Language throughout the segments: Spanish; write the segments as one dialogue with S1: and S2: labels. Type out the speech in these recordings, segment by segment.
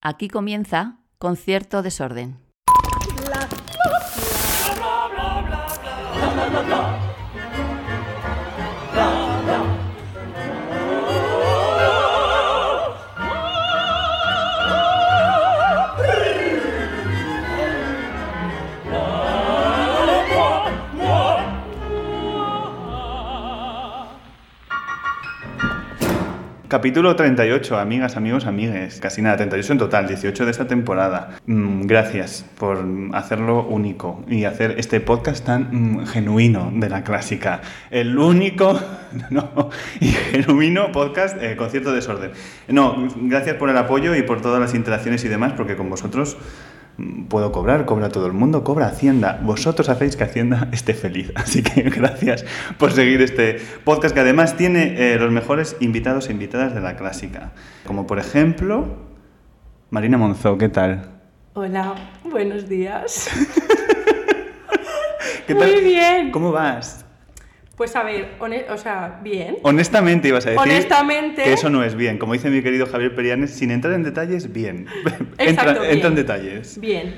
S1: Aquí comienza con cierto desorden.
S2: Capítulo 38, amigas, amigos, amigues. Casi nada, 38 en total, 18 de esta temporada. Mm, gracias por mm, hacerlo único y hacer este podcast tan mm, genuino de la clásica. El único no, y genuino podcast eh, con cierto desorden. No, gracias por el apoyo y por todas las interacciones y demás, porque con vosotros mm, puedo cobrar, cobra todo el mundo, cobra Hacienda. Vosotros hacéis que Hacienda esté feliz. Así que gracias por seguir este podcast que además tiene eh, los mejores invitados e invitadas de la clásica. Como por ejemplo, Marina Monzó, ¿qué tal?
S3: Hola, buenos días.
S2: ¿Qué
S3: Muy bien.
S2: ¿Cómo vas?
S3: Pues a ver, hone- o sea, bien.
S2: Honestamente ibas a decir
S3: Honestamente.
S2: que eso no es bien. Como dice mi querido Javier Perianes, sin entrar en detalles, bien. entra,
S3: Exacto, bien.
S2: entra en detalles.
S3: Bien.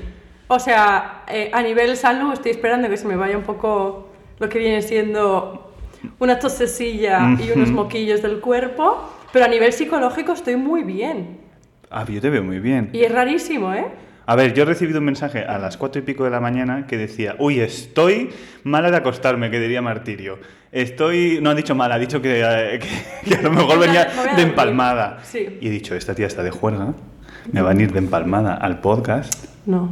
S3: O sea, eh, a nivel salud estoy esperando que se me vaya un poco lo que viene siendo una tosecilla y unos
S2: Ujú.
S3: moquillos del cuerpo, pero a nivel psicológico estoy muy bien.
S2: Ah, pero yo te veo muy bien.
S3: Y es rarísimo, ¿eh?
S2: A ver, yo he recibido un mensaje a las cuatro y pico de la mañana que decía, uy, estoy mala de acostarme, que diría Martirio. Estoy, no ha dicho mala, ha dicho que, eh, que- que a lo mejor
S3: Me voy a-
S2: venía
S3: me voy a
S2: de
S3: dormir.
S2: empalmada.
S3: Sí.
S2: Y he dicho, esta tía está de juerga, me va a ir de empalmada al podcast,
S3: No,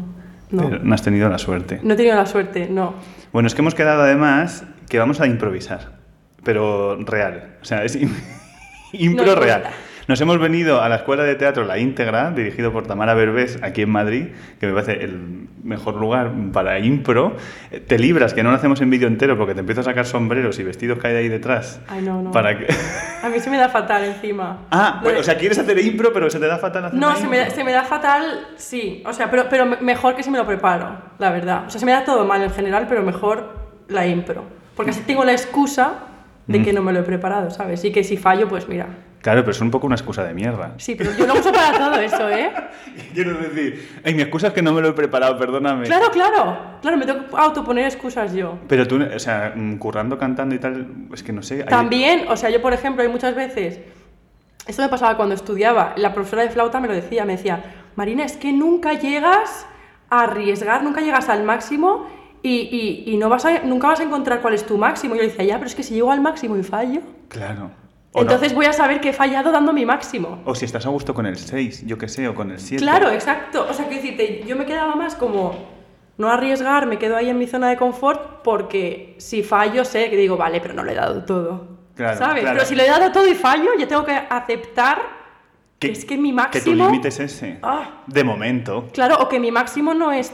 S3: no.
S2: pero no has tenido la suerte.
S3: No he tenido la suerte, no.
S2: Bueno, es que hemos quedado además que vamos a improvisar, pero real. O sea, es im- impro
S3: Nos
S2: real.
S3: gusta.
S2: Nos hemos venido a la Escuela de Teatro La Íntegra, dirigido por Tamara Berbés, aquí en Madrid, que me parece el mejor lugar para impro. Eh, Te libras, que no lo hacemos en vídeo entero, porque te empiezo a sacar sombreros y vestidos que hay ahí detrás.
S3: Ay, no, no.
S2: Para que...
S3: A mí se me da fatal encima.
S2: ah,
S3: Lo
S2: bueno,
S3: de-
S2: o sea, quieres hacer impro, pero se te da fatal hacer
S3: eh. No,
S2: la
S3: se me, da,
S2: impro.
S3: se me da fatal, sí. O sea, pero, pero me- mejor que si me lo preparo, la verdad. O sea, se me da todo mal en general, pero mejor la impro. Porque así tengo la excusa de que no me lo he preparado, ¿sabes? Y que si fallo, pues mira.
S2: Claro, pero es un poco una excusa de mierda.
S3: Sí, pero yo lo uso para todo eso, ¿eh?
S2: Quiero decir, ay, mi excusa es que no me lo he preparado, perdóname.
S3: Claro, claro. Claro, me tengo que autoponer excusas yo.
S2: Pero tú, o sea, mm, currando, cantando y tal, es que no sé. hay-
S3: También, o sea, yo por ejemplo, hay muchas veces, esto me pasaba cuando estudiaba, la profesora de flauta me lo decía, me decía, Marina, es que nunca llegas a arriesgar, nunca llegas al máximo y, y- y no vas a- nunca vas a encontrar cuál es tu máximo. Y yo le decía, ya, pero es que si llego al máximo y fallo,
S2: Claro. O no.
S3: entonces voy a saber que he fallado dando mi máximo.
S2: O si estás a gusto con el 6, yo qué sé, o con el 7.
S3: Claro, exacto. O sea, que decirte, yo me quedaba más como no arriesgar, me quedo ahí en mi zona de confort porque si fallo sé que digo, vale, pero no lo he dado todo.
S2: Claro,
S3: ¿Sabes?
S2: claro.
S3: Pero si lo he dado todo y fallo, ya tengo que aceptar que es que mi
S2: Que tu
S3: máximo.
S2: límite es ese.
S3: Ah.
S2: De momento.
S3: Claro, o que mi máximo no es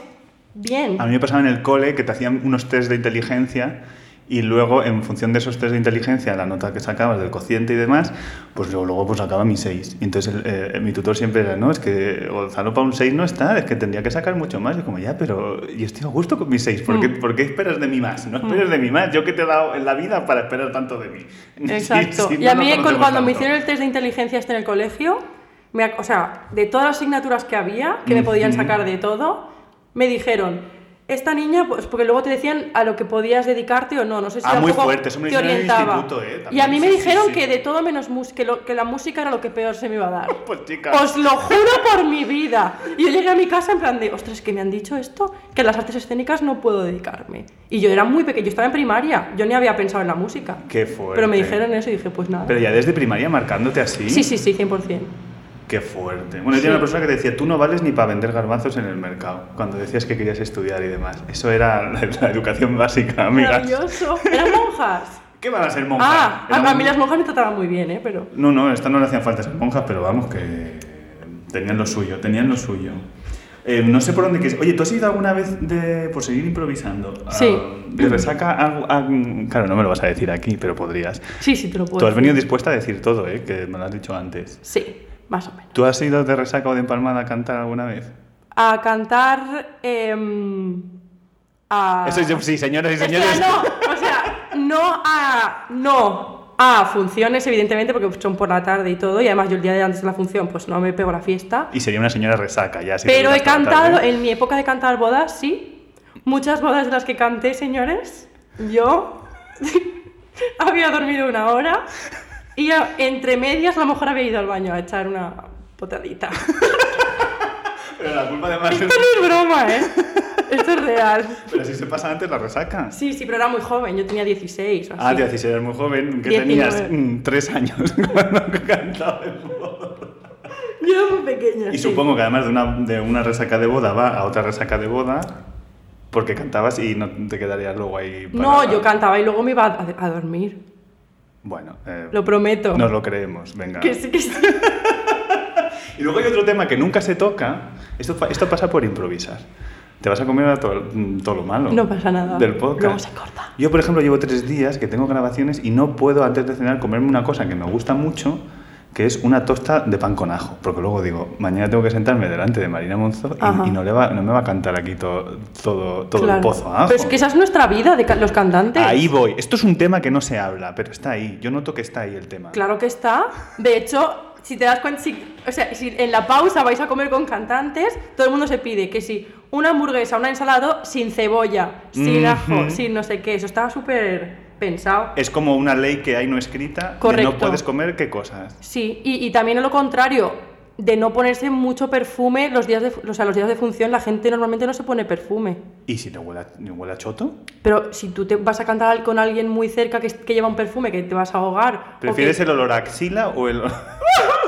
S3: bien.
S2: A mí me pasaba en el cole que te hacían unos test de inteligencia y luego, en función de esos test de inteligencia, la nota que sacabas del cociente y demás, pues yo luego pues sacaba mi 6. Y entonces el, eh, mi tutor siempre era, no, es que Gonzalo para un 6 no está, es que tendría que sacar mucho más. Y como, ya, pero yo estoy a gusto con mi 6, ¿por, qué,
S3: Mm.
S2: por qué esperas de mí más? No esperes de mí más, yo que te he dado en la vida para esperar tanto de mí. Sí,
S3: Exacto.
S2: sí,
S3: y
S2: no
S3: a
S2: nos
S3: mí, cu-
S2: conocemos
S3: cuando me
S2: tanto.
S3: hicieron el test de inteligencia este en el colegio, me ac- o sea, de todas las asignaturas que había, que me podían
S2: Ujú.
S3: sacar de todo, me dijeron, esta niña, pues porque luego te decían a lo que podías dedicarte o no, no sé si
S2: Ah, muy
S3: tampoco
S2: fuerte, eso me lo
S3: te
S2: hicieron en el
S3: orientaba.
S2: instituto, ¿eh?
S3: Y a
S2: También,
S3: mí
S2: sí,
S3: me
S2: sí,
S3: dijeron
S2: sí.
S3: que de todo menos mus- que, lo- que la música era lo que peor se me iba a dar.
S2: Pues chica.
S3: Os lo juro por mi vida. Y yo llegué a mi casa en plan de, ostras, que me han dicho esto, que a las artes escénicas no puedo dedicarme. Y yo era muy pequeña, yo estaba en primaria, yo ni había pensado en la música.
S2: Qué fuerte.
S3: Pero me dijeron eso y dije, pues nada.
S2: Pero ya desde primaria marcándote así.
S3: Sí, sí, sí, 100%.
S2: Qué fuerte. Bueno, yo tenía
S3: Sí.
S2: una persona que te decía, tú no vales ni para vender garbanzos en el mercado, cuando decías que querías estudiar y demás. Eso era la, la educación básica, amigas.
S3: Maravilloso. Eran monjas.
S2: ¿Qué van a ser monjas?
S3: ah,
S2: Eran
S3: a, a mí
S2: un-
S3: las monjas me trataban muy bien, ¿eh? Pero...
S2: No, no, estas no le hacían falta ser monjas, pero vamos, que tenían lo suyo, tenían lo suyo. Eh, no sé por dónde quieres. Oye, ¿tú has ido alguna vez de, por seguir improvisando? a-
S3: Sí.
S2: ¿De resaca? a- a- Claro, no me lo vas a decir aquí, pero podrías.
S3: Sí, Pues sí, te lo puedo
S2: Tú has
S3: decir.
S2: venido dispuesta a decir todo, ¿eh? que me lo has dicho antes.
S3: Sí, más o menos.
S2: ¿Tú has ido de resaca o de empalmada a cantar alguna vez?
S3: A cantar... em, a...
S2: Eso yo, sí, señoras y
S3: Espera,
S2: señores.
S3: no, o sea, no a... No. a funciones, evidentemente, porque son por la tarde y todo, y además yo el día de antes de la función, pues no me pego la fiesta.
S2: Y sería una señora resaca ya. si
S3: Pero
S2: te duras
S3: he
S2: toda la
S3: cantado,
S2: tarde.
S3: en mi época de cantar bodas, sí. Muchas bodas de las que canté, señores, yo había dormido una hora y a- entre medias a lo mejor había ido al baño a echar una potadita.
S2: Pero la culpa además es...
S3: Esto no es broma, ¿eh? Esto es real.
S2: Pero si se pasa antes la resaca.
S3: Sí, sí, pero era muy joven, yo tenía 16 o así.
S2: Ah, te hacías eras muy joven, que
S3: 19.
S2: tenías mm, tres años cuando cantaba en boda.
S3: Yo era muy pequeña.
S2: Y
S3: sí.
S2: supongo que además de una, de una resaca de boda va a otra resaca de boda porque cantabas y no te quedarías luego ahí.
S3: No,
S2: parada.
S3: yo cantaba y luego me iba a, a dormir.
S2: Bueno, eh,
S3: Lo prometo.
S2: nos lo creemos, venga.
S3: Que sí, que sí.
S2: Y luego hay otro tema que nunca se toca. Esto, fa- esto pasa por improvisar. Te vas a comer a todo, mm, todo lo malo.
S3: No pasa nada.
S2: Del podcast.
S3: Luego se corta.
S2: Yo, por ejemplo, llevo tres días que tengo grabaciones y no puedo antes de cenar comerme una cosa que me gusta mucho, que es una tosta de pan con ajo. Porque luego digo, mañana tengo que sentarme delante de Marina Monzo
S3: Ajá.
S2: y, y no, le va, no me va a cantar aquí to- todo, todo el
S3: Claro.
S2: pozo a ajo.
S3: Pero es que esa es nuestra vida de ca- los cantantes.
S2: Ahí voy. Esto es un tema que no se habla, pero está ahí. Yo noto que está ahí el tema.
S3: Claro que está. De hecho, si te das cuenta, si, o sea, si en la pausa vais a comer con cantantes, todo el mundo se pide que si una hamburguesa, una ensalada sin cebolla, sin
S2: Ujú. Eh.
S3: ajo, sin no sé qué. Eso está súper pensado.
S2: Es como una ley que hay no escrita. que
S3: Correcto.
S2: no puedes comer qué cosas.
S3: Sí, y, y también a lo contrario, de no ponerse mucho perfume, los días de, fu- o sea, los días de función la gente normalmente no se pone perfume.
S2: ¿Y si te huele a, me huele a choto?
S3: Pero si tú te vas a cantar con alguien muy cerca que, es- que lleva un perfume que te vas a ahogar. o que-
S2: ¿Prefieres el olor a axila o el olor... o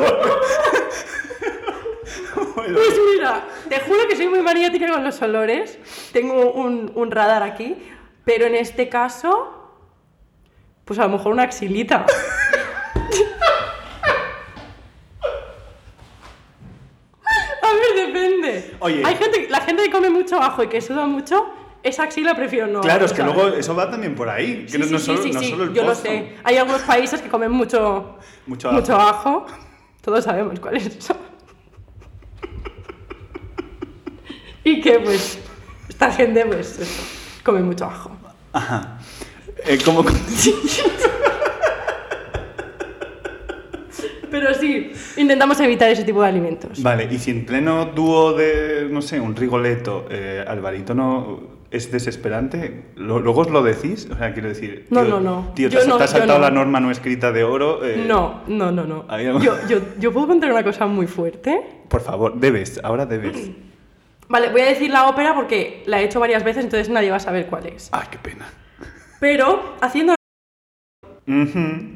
S2: el
S3: Pues
S2: olor-
S3: mira, te juro que soy muy maniática con los olores. Tengo un, un radar aquí. Pero en este caso, pues a lo mejor una axilita. A ver, depende.
S2: Oye.
S3: Hay gente, la gente que come mucho ajo y que suda mucho, esa axila prefiero no.
S2: claro, es que
S3: ¿sabes?
S2: luego eso va también por ahí. Que
S3: Sí,
S2: no,
S3: sí,
S2: no
S3: sí,
S2: solo,
S3: sí,
S2: no
S3: sí,
S2: solo el
S3: yo lo
S2: pozo.
S3: sé. Hay algunos países que comen mucho,
S2: Mucho ajo.
S3: ajo. Todos sabemos cuáles son. y que, pues, esta gente, pues, eso, come mucho ajo.
S2: Eh, ¿cómo-
S3: Pero sí, intentamos evitar ese tipo de alimentos.
S2: Vale, y si en pleno dúo de, no sé, un rigoleto, eh, al barítono es desesperante, ¿lo- luego os lo decís? O sea, quiero decir...
S3: No,
S2: tío-
S3: no, no.
S2: Tío, te
S3: Yo
S2: has,
S3: no,
S2: te has
S3: yo
S2: saltado
S3: no.
S2: la norma no escrita de oro. eh,
S3: No, no, no, no.
S2: ¿Hay algo?
S3: Yo, yo, yo puedo contar una cosa muy fuerte.
S2: Por favor, debes, ahora debes.
S3: Vale, voy a decir la ópera porque la he hecho varias veces, entonces nadie va a saber cuál es.
S2: Ay, qué pena.
S3: Pero, haciendo
S2: Ujú.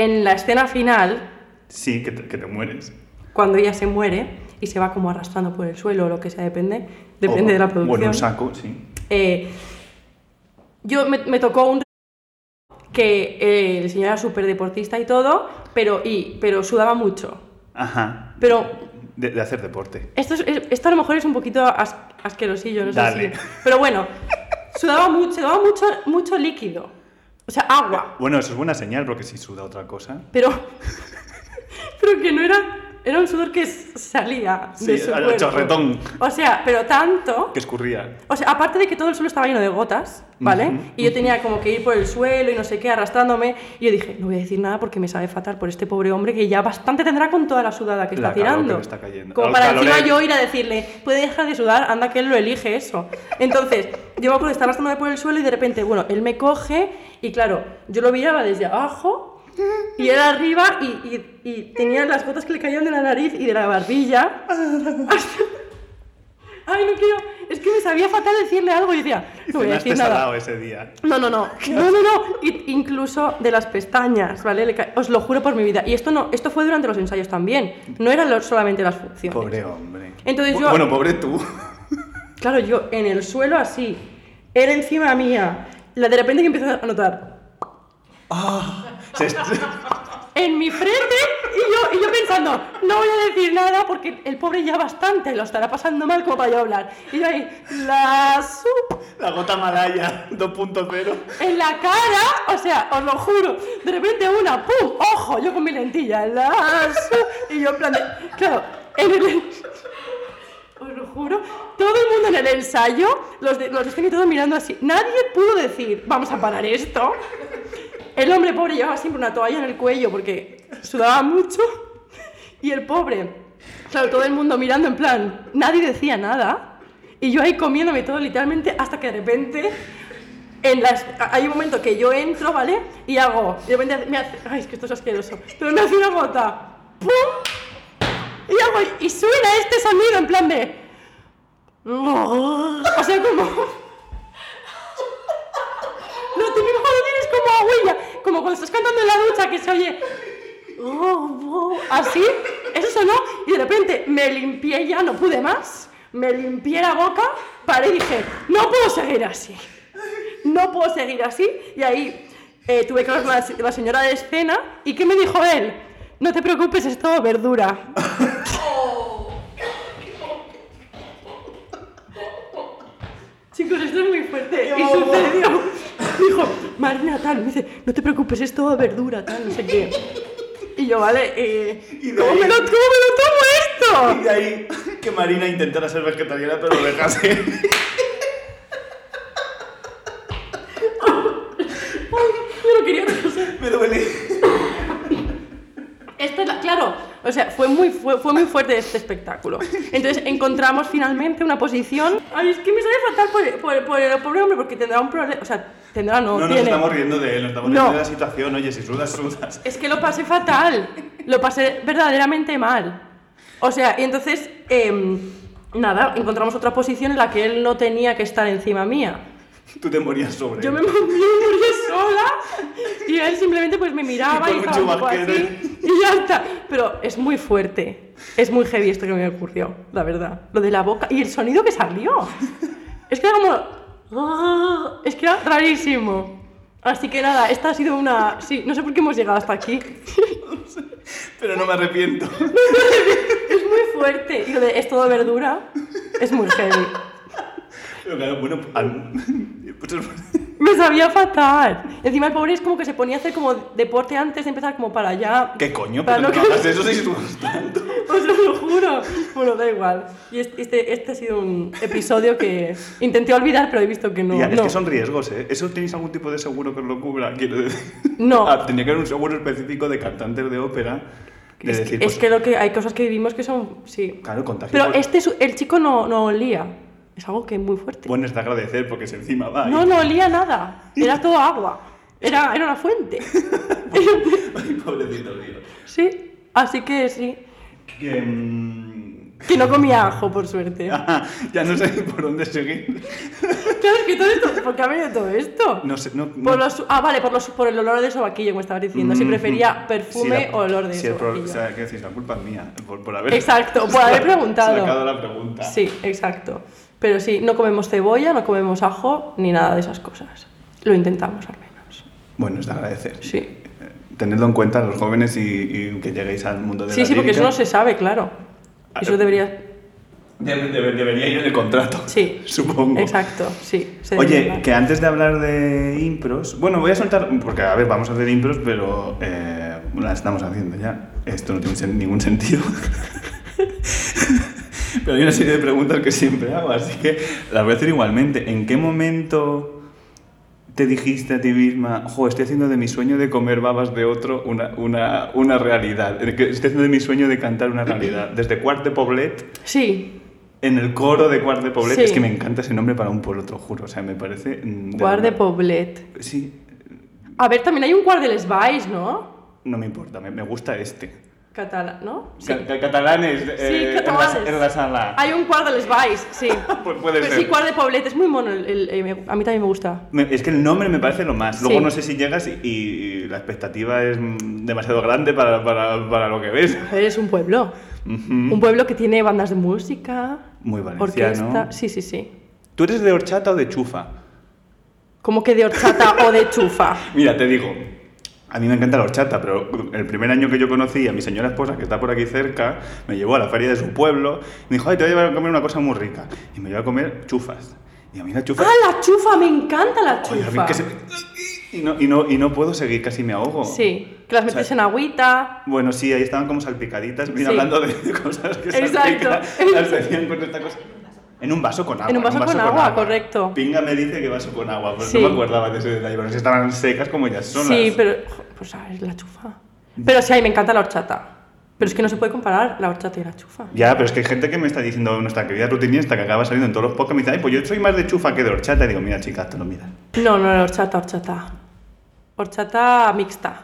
S3: en la escena final,
S2: Sí, que te- que te mueres.
S3: cuando ella se muere y se va como arrastrando por el suelo o lo que sea, depende, depende
S2: O-
S3: de la producción.
S2: Bueno, un saco, sí.
S3: Eh, yo me, me tocó un que eh, el señor era súper deportista y todo, pero, y, pero sudaba mucho.
S2: Ajá.
S3: Pero
S2: De, de hacer deporte.
S3: esto, es- es- esto a lo mejor es un poquito as- asquerosillo, no
S2: Dale.
S3: sé si. Pero bueno, sudaba mucho, sudaba mucho, mucho líquido. O sea, agua.
S2: Bueno, eso es buena señal porque si suda otra cosa.
S3: Pero, pero que no era. Era un sudor que s- salía
S2: Sí,
S3: de su
S2: a lo
S3: cuerpo.
S2: chorretón.
S3: O sea, pero tanto
S2: Que escurría.
S3: O sea, aparte de que todo el suelo estaba lleno de gotas, ¿vale?
S2: Ujú,
S3: Y yo tenía como que ir por el suelo y no sé qué, arrastrándome. Y yo dije, no voy a decir nada porque me sabe fatal por este pobre hombre que ya bastante tendrá con toda la sudada que
S2: La
S3: está
S2: calor que
S3: tirando.
S2: le está cayendo.
S3: Como
S2: Al
S3: para
S2: calor,
S3: encima
S2: eh.
S3: yo ir a decirle, puede dejar de sudar, anda que él lo elige eso. Entonces, yo me acuerdo de estar arrastrándome por el suelo y de repente, bueno, él me coge y claro, yo lo miraba desde abajo y él arriba y, y- y tenía las gotas que le caían de la nariz y de la barbilla. Ay, no quiero. Es que me sabía fatal decirle algo y decía,
S2: Y
S3: no voy a
S2: cenaste
S3: decir nada.
S2: salado ese día.
S3: No, no, no. No, no, no. Y- incluso de las pestañas, ¿vale? Le ca- Os lo juro por mi vida. Y esto no, esto fue durante los ensayos también. No eran lo- solamente las funciones.
S2: Pobre hombre.
S3: Entonces
S2: Bu-
S3: yo-
S2: Bueno, pobre tú.
S3: Claro, yo en el suelo así, él encima mía. La de repente que empiezo a notar.
S2: Se est-
S3: En mi frente y yo, y yo pensando, no voy a decir nada porque el pobre ya bastante lo estará pasando mal como para yo hablar. Y yo ahí, la sup.
S2: La gota malaya 2.0.
S3: en la cara, o sea, os lo juro, de repente una, ¡pum! ¡Ojo! Yo con mi lentilla, las. Y yo en plan de. Claro, en el. Os lo juro, todo el mundo en el ensayo, los, de, los del técnico y todo mirando así. Nadie pudo decir, vamos a parar esto. El hombre pobre llevaba siempre una toalla en el cuello porque sudaba mucho. Y el pobre, claro, todo el mundo mirando en plan, nadie decía nada. Y yo ahí comiéndome todo literalmente hasta que de repente en las- hay un momento que yo entro, ¿vale? Y hago, y de repente me hace, ay, es que esto es asqueroso, pero me hace una gota, ¡pum! Y hago, y suena este sonido en plan de, ¡Oh! o sea, como, lo típico cuando tienes como agüilla, como cuando estás cantando en la ducha que se oye, oh, así, eso sonó, y de repente me limpié ya, no pude más, me limpié la boca, paré y dije, no puedo seguir así no puedo seguir así. Y ahí eh, tuve que hablar con la se- la señora de escena. ¿Y qué me dijo él? No te preocupes, es todo verdura. Chicos, esto es muy fuerte. Y sucedió. Dijo, Marina, tal. Me dice, no te preocupes, es todo verdura, tal, no sé qué. Y yo, vale, eh,
S2: Y de
S3: ¿cómo,
S2: ahí-
S3: me lo, ¿cómo me lo tomo
S2: Y
S3: esto?
S2: de ahí que Marina intentara ser vegetariana, pero lo dejase.
S3: Me lo quería reposar.
S2: Me duele.
S3: Esta es la- claro, o sea, fue muy, fue, fue muy fuerte este espectáculo. Entonces encontramos finalmente una posición. Ay, es que me sale fatal por, el- por, el- por el pobre hombre porque tendrá un problema. O sea, tendrá, no,
S2: No, nos
S3: tiene.
S2: estamos riendo de él, nos estamos
S3: No.
S2: riendo de la situación. Oye, si sudas, sudas.
S3: Es que lo pasé fatal. Lo pasé verdaderamente mal. O sea, y entonces, em, nada, encontramos otra posición en la que él no tenía que estar encima mía.
S2: Tú te morías sobre
S3: Yo
S2: él.
S3: me moví morí sola y él simplemente pues me miraba
S2: Y
S3: y,
S2: con
S3: estaba
S2: un
S3: un poco
S2: chubasquero.
S3: así y ya está. Pero es muy fuerte, es muy heavy esto que me ocurrió, la verdad. Lo de la boca y el sonido que salió. Es que era como... ¡ah! Es que era rarísimo. Así que nada, esta ha sido una... Sí, no sé por qué hemos llegado hasta aquí.
S2: Pero no me arrepiento.
S3: Es muy fuerte. Y lo de es todo verdura es muy heavy.
S2: Pero claro, bueno, al- pues es-
S3: Me sabía fatal. Encima el pobre es como que se ponía a hacer como deporte antes de empezar como para allá.
S2: ¿qué coño?
S3: Para
S2: Pero
S3: no
S2: no
S3: que-
S2: hagas eso si sudas tanto.
S3: Os lo juro. Bueno, da igual. Y es- este, este ha sido un episodio que intenté olvidar, pero he visto que no.
S2: Tía, es
S3: no.
S2: que son riesgos, ¿eh? ¿Eso tenéis algún tipo de seguro que os lo cubra? Quiero decir.
S3: No.
S2: Ah, tenía que haber un seguro específico de cantantes de ópera. De
S3: es,
S2: decir,
S3: que,
S2: pues,
S3: es que lo que hay cosas que vivimos que son. Sí.
S2: Claro, contagio.
S3: Pero este, su- el chico no, no olía. Es algo que es muy fuerte.
S2: Bueno, es de agradecer porque si encima va.
S3: No, no olía nada. Era todo agua. Era, era una fuente.
S2: Ay, pobrecito tío.
S3: sí. Así que sí.
S2: Que, mm,
S3: Que no comía ajo, por suerte.
S2: ah, ya no sé ni por dónde seguir.
S3: Claro, es que todo esto. ¿Por qué ha venido todo esto?
S2: No sé, no. no-
S3: Por los, ah, vale, por, los, por el olor de sobaquillo, como estabas diciendo. Si
S2: Mm,
S3: prefería
S2: mm.
S3: perfume
S2: Si la-
S3: o olor de
S2: si el pro-
S3: sobaquillo.
S2: o sea, quiero decir, la culpa es mía por, por haber.
S3: Exacto, por haber preguntado.
S2: Sacado la pregunta.
S3: Sí, exacto. Pero sí, no comemos cebolla, no comemos ajo, ni nada de esas cosas. Lo intentamos al menos.
S2: Bueno, es de agradecer.
S3: Sí.
S2: Eh, Tenedlo en cuenta los jóvenes y, y que lleguéis al mundo de
S3: Sí,
S2: la
S3: sí, porque eso
S2: lírica.
S3: no se sabe, claro.
S2: Ah,
S3: Eso debería.
S2: Debe- debe- debería ir en el contrato.
S3: Sí.
S2: Supongo.
S3: Exacto, sí. se
S2: Oye,
S3: debería.
S2: que antes de hablar de impros, bueno, voy a soltar, porque a ver, vamos a hacer impros, pero eh, la estamos haciendo ya. Esto no tiene sen- ningún sentido. pero hay una serie de preguntas que siempre hago, así que las voy a hacer igualmente. ¿En qué momento te dijiste a ti misma, jo, estoy haciendo de mi sueño de comer babas de otro una, una, una realidad? Eh, que Estoy haciendo de mi sueño de cantar una realidad. Desde Cuart de Poblet
S3: Sí,
S2: en el coro de Guard de Poblet.
S3: Sí.
S2: Es que me encanta ese nombre para un pueblo, te lo juro. O sea, me parece. mm, de
S3: guarde
S2: verdad.
S3: Poblet.
S2: Sí,
S3: A ver, también hay un guarde les vais, ¿no?
S2: no me importa, me, me gusta este.
S3: Catalán, ¿no? Sí.
S2: Ca- ca- catalanes, eh, en la- En,
S3: catalanes.
S2: la, sala.
S3: Hay un guarde les vais, sí.
S2: Pues puede
S3: Pero
S2: ser.
S3: sí, guarde Poblet, es muy mono. el- el- eh, me- a mí también me gusta.
S2: Me- es que el nombre me parece lo más. Luego
S3: Sí.
S2: no sé si llegas y, y la expectativa es mm, demasiado grande para, para- para lo que ves.
S3: A ver, es un pueblo.
S2: Ujú.
S3: Un pueblo que tiene bandas de música,
S2: Muy valenciano.
S3: orquesta. Sí, sí, sí.
S2: ¿Tú eres de horchata o de chufa?
S3: Como que de horchata o de chufa.
S2: Mira, te digo, a mí me encanta la horchata, pero el primer año que yo conocí a mi señora esposa, que está por aquí cerca, me llevó a la feria de su pueblo y me dijo, ay, te voy a llevar a comer una cosa muy rica. Y me llevó a comer chufas. Y a mí la chufa...
S3: ¡Ah, la chufa! ¡Me encanta la
S2: Oye, a mí
S3: chufa!
S2: que se- y, no, y no- y no puedo seguir, casi me ahogo.
S3: Sí, que las metes
S2: O sea,
S3: en agüita.
S2: Bueno, sí, ahí estaban como salpicaditas, mira,
S3: Sí.
S2: hablando de cosas que
S3: Exacto.
S2: salpican, las decían con esta cosa. En un vaso con agua.
S3: En un vaso con agua, correcto.
S2: Pinga me dice que vaso con agua, pero
S3: Sí.
S2: no me acordaba de ese detalle, pero si estaban secas como ellas solas.
S3: Sí, pero. jo, Pues sabes, la chufa. Pero sí, a mí me encanta la horchata. Pero es que no se puede comparar la horchata y la chufa.
S2: Ya, pero es que hay gente que me está diciendo nuestra actividad rutinista que acaba saliendo en todos los podcasts, me dice, ay, pues yo soy más de chufa que de horchata. Y digo, mira, chica, te lo miras.
S3: No, no, la horchata, horchata. Horchata mixta.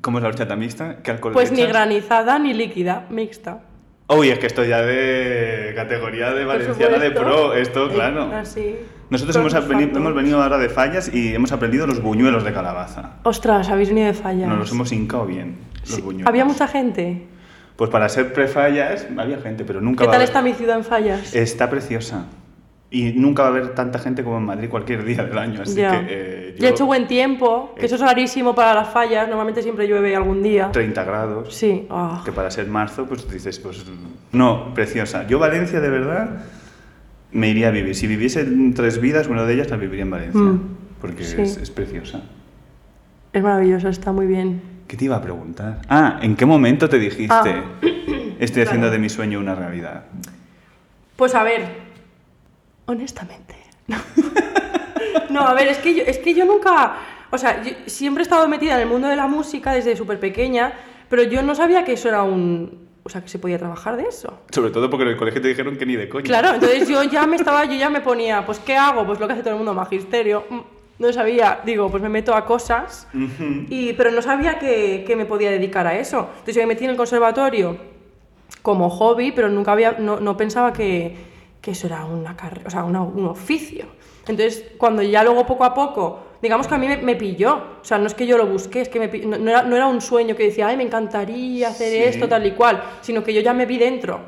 S2: ¿Cómo es la horchata mixta? ¿Qué alcohol
S3: Pues
S2: le
S3: ni
S2: echas?
S3: granizada ni líquida, mixta.
S2: Uy, es que esto ya de categoría de
S3: Por
S2: valenciana de
S3: supuesto.
S2: pro, esto,
S3: Eh,
S2: claro.
S3: así.
S2: Nosotros
S3: Con
S2: hemos,
S3: los
S2: apeni-
S3: factos.
S2: hemos venido ahora de fallas y hemos aprendido los buñuelos de calabaza.
S3: Ostras, habéis venido de fallas.
S2: Nos los hemos hincado bien, los
S3: Sí,
S2: buñuelos.
S3: Había mucha gente.
S2: Pues para ser pre-fallas había gente, pero nunca
S3: ¿Qué
S2: va a
S3: tal
S2: haber-
S3: está mi ciudad en fallas?
S2: Está preciosa. Y nunca va a haber tanta gente como en Madrid cualquier día del año, así que...
S3: ya.
S2: eh,
S3: Ya ha hecho buen tiempo, que
S2: Eh.
S3: eso es rarísimo para las fallas. Normalmente siempre llueve algún día.
S2: 30 grados.
S3: Sí. ah.
S2: Que para ser marzo, pues dices, pues. No, preciosa. Yo, Valencia, de verdad, me iría a vivir. Si viviese tres vidas, una de ellas la viviría en Valencia.
S3: Mm,
S2: Porque
S3: sí.
S2: es, es preciosa.
S3: Es maravilloso, está muy bien.
S2: ¿Qué te iba a preguntar? Ah, ¿en qué momento te dijiste?
S3: Ah.
S2: Estoy
S3: Claro.
S2: haciendo de mi sueño una realidad.
S3: Pues a ver, honestamente. No, a ver, es que yo, es que yo nunca... O sea, yo siempre he estado metida en el mundo de la música desde súper pequeña, pero yo no sabía que eso era un... O sea, que se podía trabajar de eso.
S2: Sobre todo porque en el colegio te dijeron que ni de coña.
S3: Claro, entonces yo ya me estaba, yo ya me ponía, pues ¿qué hago? Pues lo que hace todo el mundo, magisterio. Mm, No sabía, digo, pues me meto a cosas, y, pero no sabía que, que me podía dedicar a eso. Entonces yo me metí en el conservatorio como hobby, pero nunca había, no, no pensaba que, que eso era una carrera, o sea, una- un oficio. Entonces, cuando ya luego poco a poco, digamos que a mí me, me pilló, o sea, no es que yo lo busqué, es que me pi- no, no era, no era un sueño que decía, ay, me encantaría hacer
S2: Sí.
S3: esto, tal y cual, sino que yo ya me vi dentro,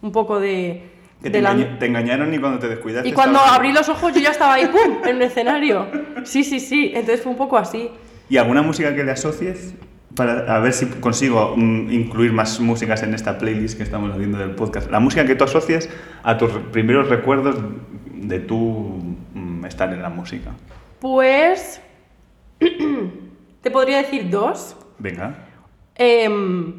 S3: un poco de...
S2: Que te,
S3: de la-
S2: engaña- te engañaron y cuando te descuidaste.
S3: y cuando
S2: estabas-
S3: abrí los ojos yo ya estaba ahí, ¡pum!, en un escenario. Sí, sí, sí, entonces fue un poco así.
S2: ¿Y alguna música que le asocies? Para, a ver si consigo mm, incluir más músicas en esta playlist que estamos haciendo del podcast. La música que tú asocies a tus re- primeros recuerdos de tu mm, estar en la música.
S3: Pues... te podría decir dos.
S2: Venga.
S3: Em,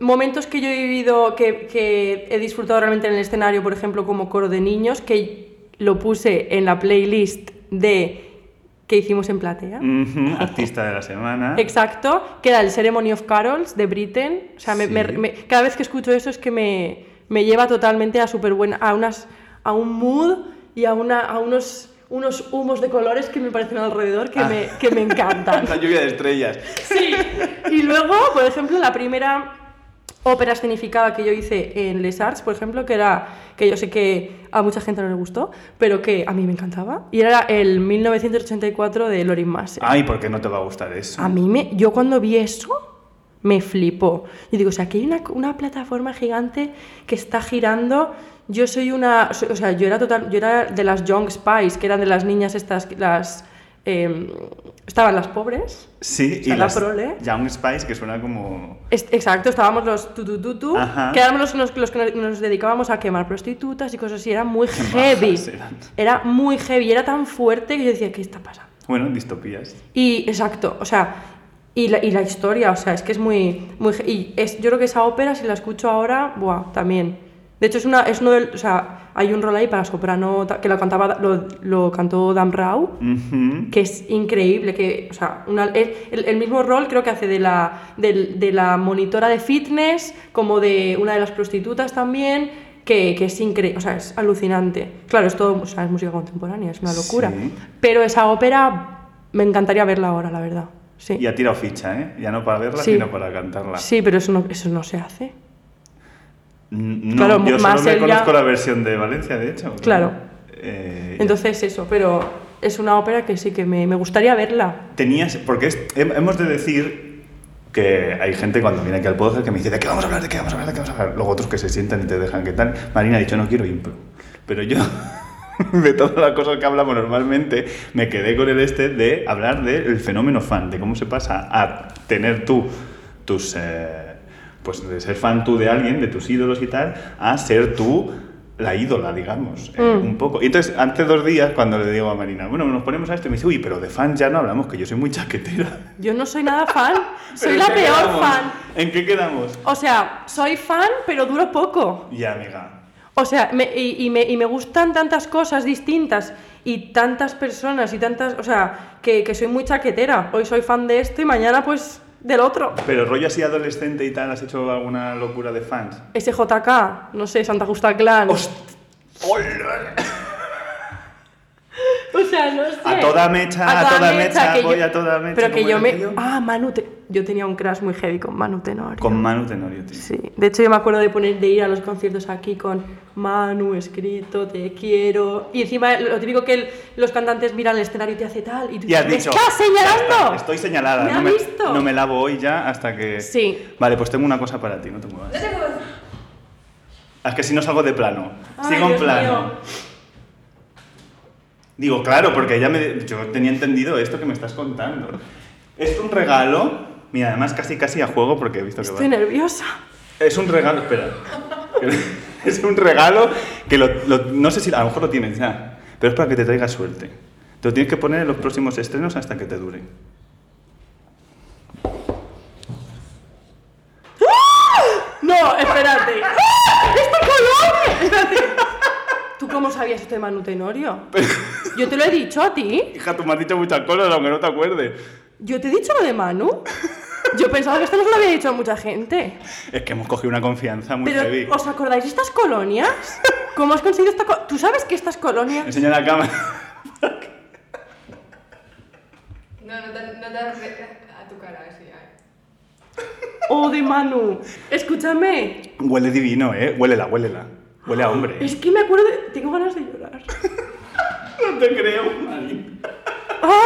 S3: momentos que yo he vivido, que, que he disfrutado realmente en el escenario, por ejemplo, como coro de niños, que lo puse en la playlist de que hicimos en Platea.
S2: Ujú, Artista de la semana.
S3: Exacto, que era el Ceremony of Carols de Britain. O sea, me-
S2: Sí.
S3: me- me- cada vez que escucho eso es que me, me lleva totalmente a súper buena, a, unas, a un mood y a, una, a unos, unos humos de colores que me parecen alrededor que,
S2: Ah.
S3: me, que me encantan.
S2: La lluvia de estrellas.
S3: Sí. Y luego, por ejemplo, la primera ópera escenificada que yo hice en Les Arts, por ejemplo, que era, que yo sé que a mucha gente no le gustó, pero que a mí me encantaba, y era el 1984 de Lorin Massey.
S2: Ay, ¿por qué no te va a gustar eso?
S3: A mí me, yo cuando vi eso me flipó. Yo digo, o sea, aquí hay una, una plataforma gigante que está girando. Yo soy una, so- o sea, yo era total, yo era de las Young Spies, que eran de las niñas estas, las em, estaban las pobres.
S2: Sí, y
S3: sea, la
S2: las
S3: prole.
S2: Young Spice, que suena como...
S3: Es- exacto, estábamos los tu tu tu tu,
S2: Ajá.
S3: que éramos los, los- los que nos dedicábamos a quemar prostitutas y cosas así, era muy heavy.
S2: majas eran.
S3: Era muy heavy, era tan fuerte que yo decía, ¿qué está pasando?
S2: Bueno, distopías.
S3: Y exacto, o sea, y la, y la historia, o sea, es que es muy... muy ge- y es, yo creo que esa ópera, si la escucho ahora, buah, también. De hecho, es una, es uno del- o sea, hay un rol ahí para soprano ta- que lo, cantaba, lo, lo cantó Dan Rau,
S2: Ujú.
S3: que es increíble, que, o sea, una- es el, el mismo rol creo que hace de la, del- de la monitora de fitness, como de una de las prostitutas también, que, que es increíble, o sea, es alucinante. Claro, es todo, o sea, es música contemporánea, es una locura.
S2: Sí.
S3: Pero esa ópera me encantaría verla ahora, la verdad. Sí,
S2: Y ha tirado ficha, ¿eh? Ya no para verla,
S3: Sí.
S2: sino para cantarla.
S3: sí pero eso no, eso no se hace.
S2: Mm, No,
S3: Claro,
S2: yo solo
S3: más
S2: me
S3: él ya-
S2: conozco la versión de Valencia, de hecho.
S3: Claro.
S2: Eh, ya.
S3: Entonces eso, pero es una ópera que sí que me, me gustaría verla.
S2: tenías, porque es- hem- hemos de decir que hay gente cuando viene aquí al podcast que me dice, ¿de qué vamos a hablar? ¿De qué vamos a hablar? ¿De qué vamos a hablar? Luego otros que se sientan y te dejan que tal. Marina ha dicho, no quiero impro. Pero yo, de todas las cosas que hablamos normalmente, me quedé con el este de hablar del fenómeno fan, de cómo se pasa a tener tú tus... eh, pues de ser fan tú de alguien, de tus ídolos y tal, a ser tú la ídola, digamos, eh,
S3: Mm.
S2: un poco. Y entonces, hace dos días, cuando le digo a Marina, bueno, nos ponemos a esto, y me dice, uy, pero de fan ya no hablamos, que yo soy muy chaquetera.
S3: Yo no soy nada fan, soy
S2: ¿Pero
S3: la
S2: en qué
S3: peor
S2: quedamos?
S3: fan.
S2: ¿En qué quedamos?
S3: O sea, soy fan, pero duro poco.
S2: Ya, amiga.
S3: O sea, me- y, y me, y me gustan tantas cosas distintas y tantas personas y tantas. O sea, que, que soy muy chaquetera. Hoy soy fan de esto y mañana, pues, del otro.
S2: Pero rollo así adolescente y tal, ¿has hecho alguna locura de fans?
S3: SJK, no sé, Santa Justa Clan.
S2: ¡Hola!
S3: O sea, no sé.
S2: A toda mecha, a toda mecha, voy a toda mecha,
S3: Pero que
S2: como
S3: yo
S2: era
S3: me.
S2: aquello.
S3: Ah, Manu. Te- Yo tenía un crash muy heavy con Manu Tenorio.
S2: Con Manu Tenorio, tío.
S3: Sí, de hecho yo me acuerdo de poner de ir a los conciertos aquí con Manu escrito, te quiero. Y encima lo típico que el- los cantantes miran el escenario y te hace tal y tú
S2: Y has
S3: dices,
S2: dicho.
S3: "¡Me estás señalando!
S2: "Ya está, estoy señalada.
S3: ¿Me
S2: no,
S3: has
S2: me,
S3: visto?
S2: no me lavo hoy ya hasta que.
S3: Sí.
S2: Vale, pues tengo una cosa para ti, no te muevas. Es que si no salgo de plano.
S3: Ay,
S2: Sigo en
S3: Dios
S2: plano.
S3: mío.
S2: Digo, claro, porque ella me. Yo tenía entendido esto que me estás contando. Es un regalo. Mira, además casi casi a juego porque he visto que va.
S3: Estoy nerviosa.
S2: Es un regalo, espera. es un regalo que lo, lo- no sé si a lo mejor lo tienes ya, pero es para que te traiga suerte. Te lo tienes que poner en los próximos estrenos hasta que te dure.
S3: No, espérate. ¡Ah! ¡Este color! Espérate. ¿Tú cómo sabías esto de Manu Tenorio? Yo te lo he dicho a ti.
S2: Hija, tú me has dicho muchas cosas, aunque no te acuerdes.
S3: Yo te he dicho lo de Manu. Yo pensaba que esto no se lo había dicho a mucha gente.
S2: Es que hemos cogido una confianza muy
S3: Pero,
S2: heavy.
S3: ¿os acordáis de estas colonias? ¿Cómo has conseguido esta co- ¿Tú sabes que estas colonias
S2: Enseña la cámara.
S4: No, no te, no te hagas a tu cara, así. ay.
S3: Oh, de Manu. Escúchame.
S2: Huele divino, ¿eh? Huélela, huélela. Huele a hombre.
S3: Es que me acuerdo de... Tengo ganas de llorar.
S2: No te creo, Mari.
S3: ¡Ah!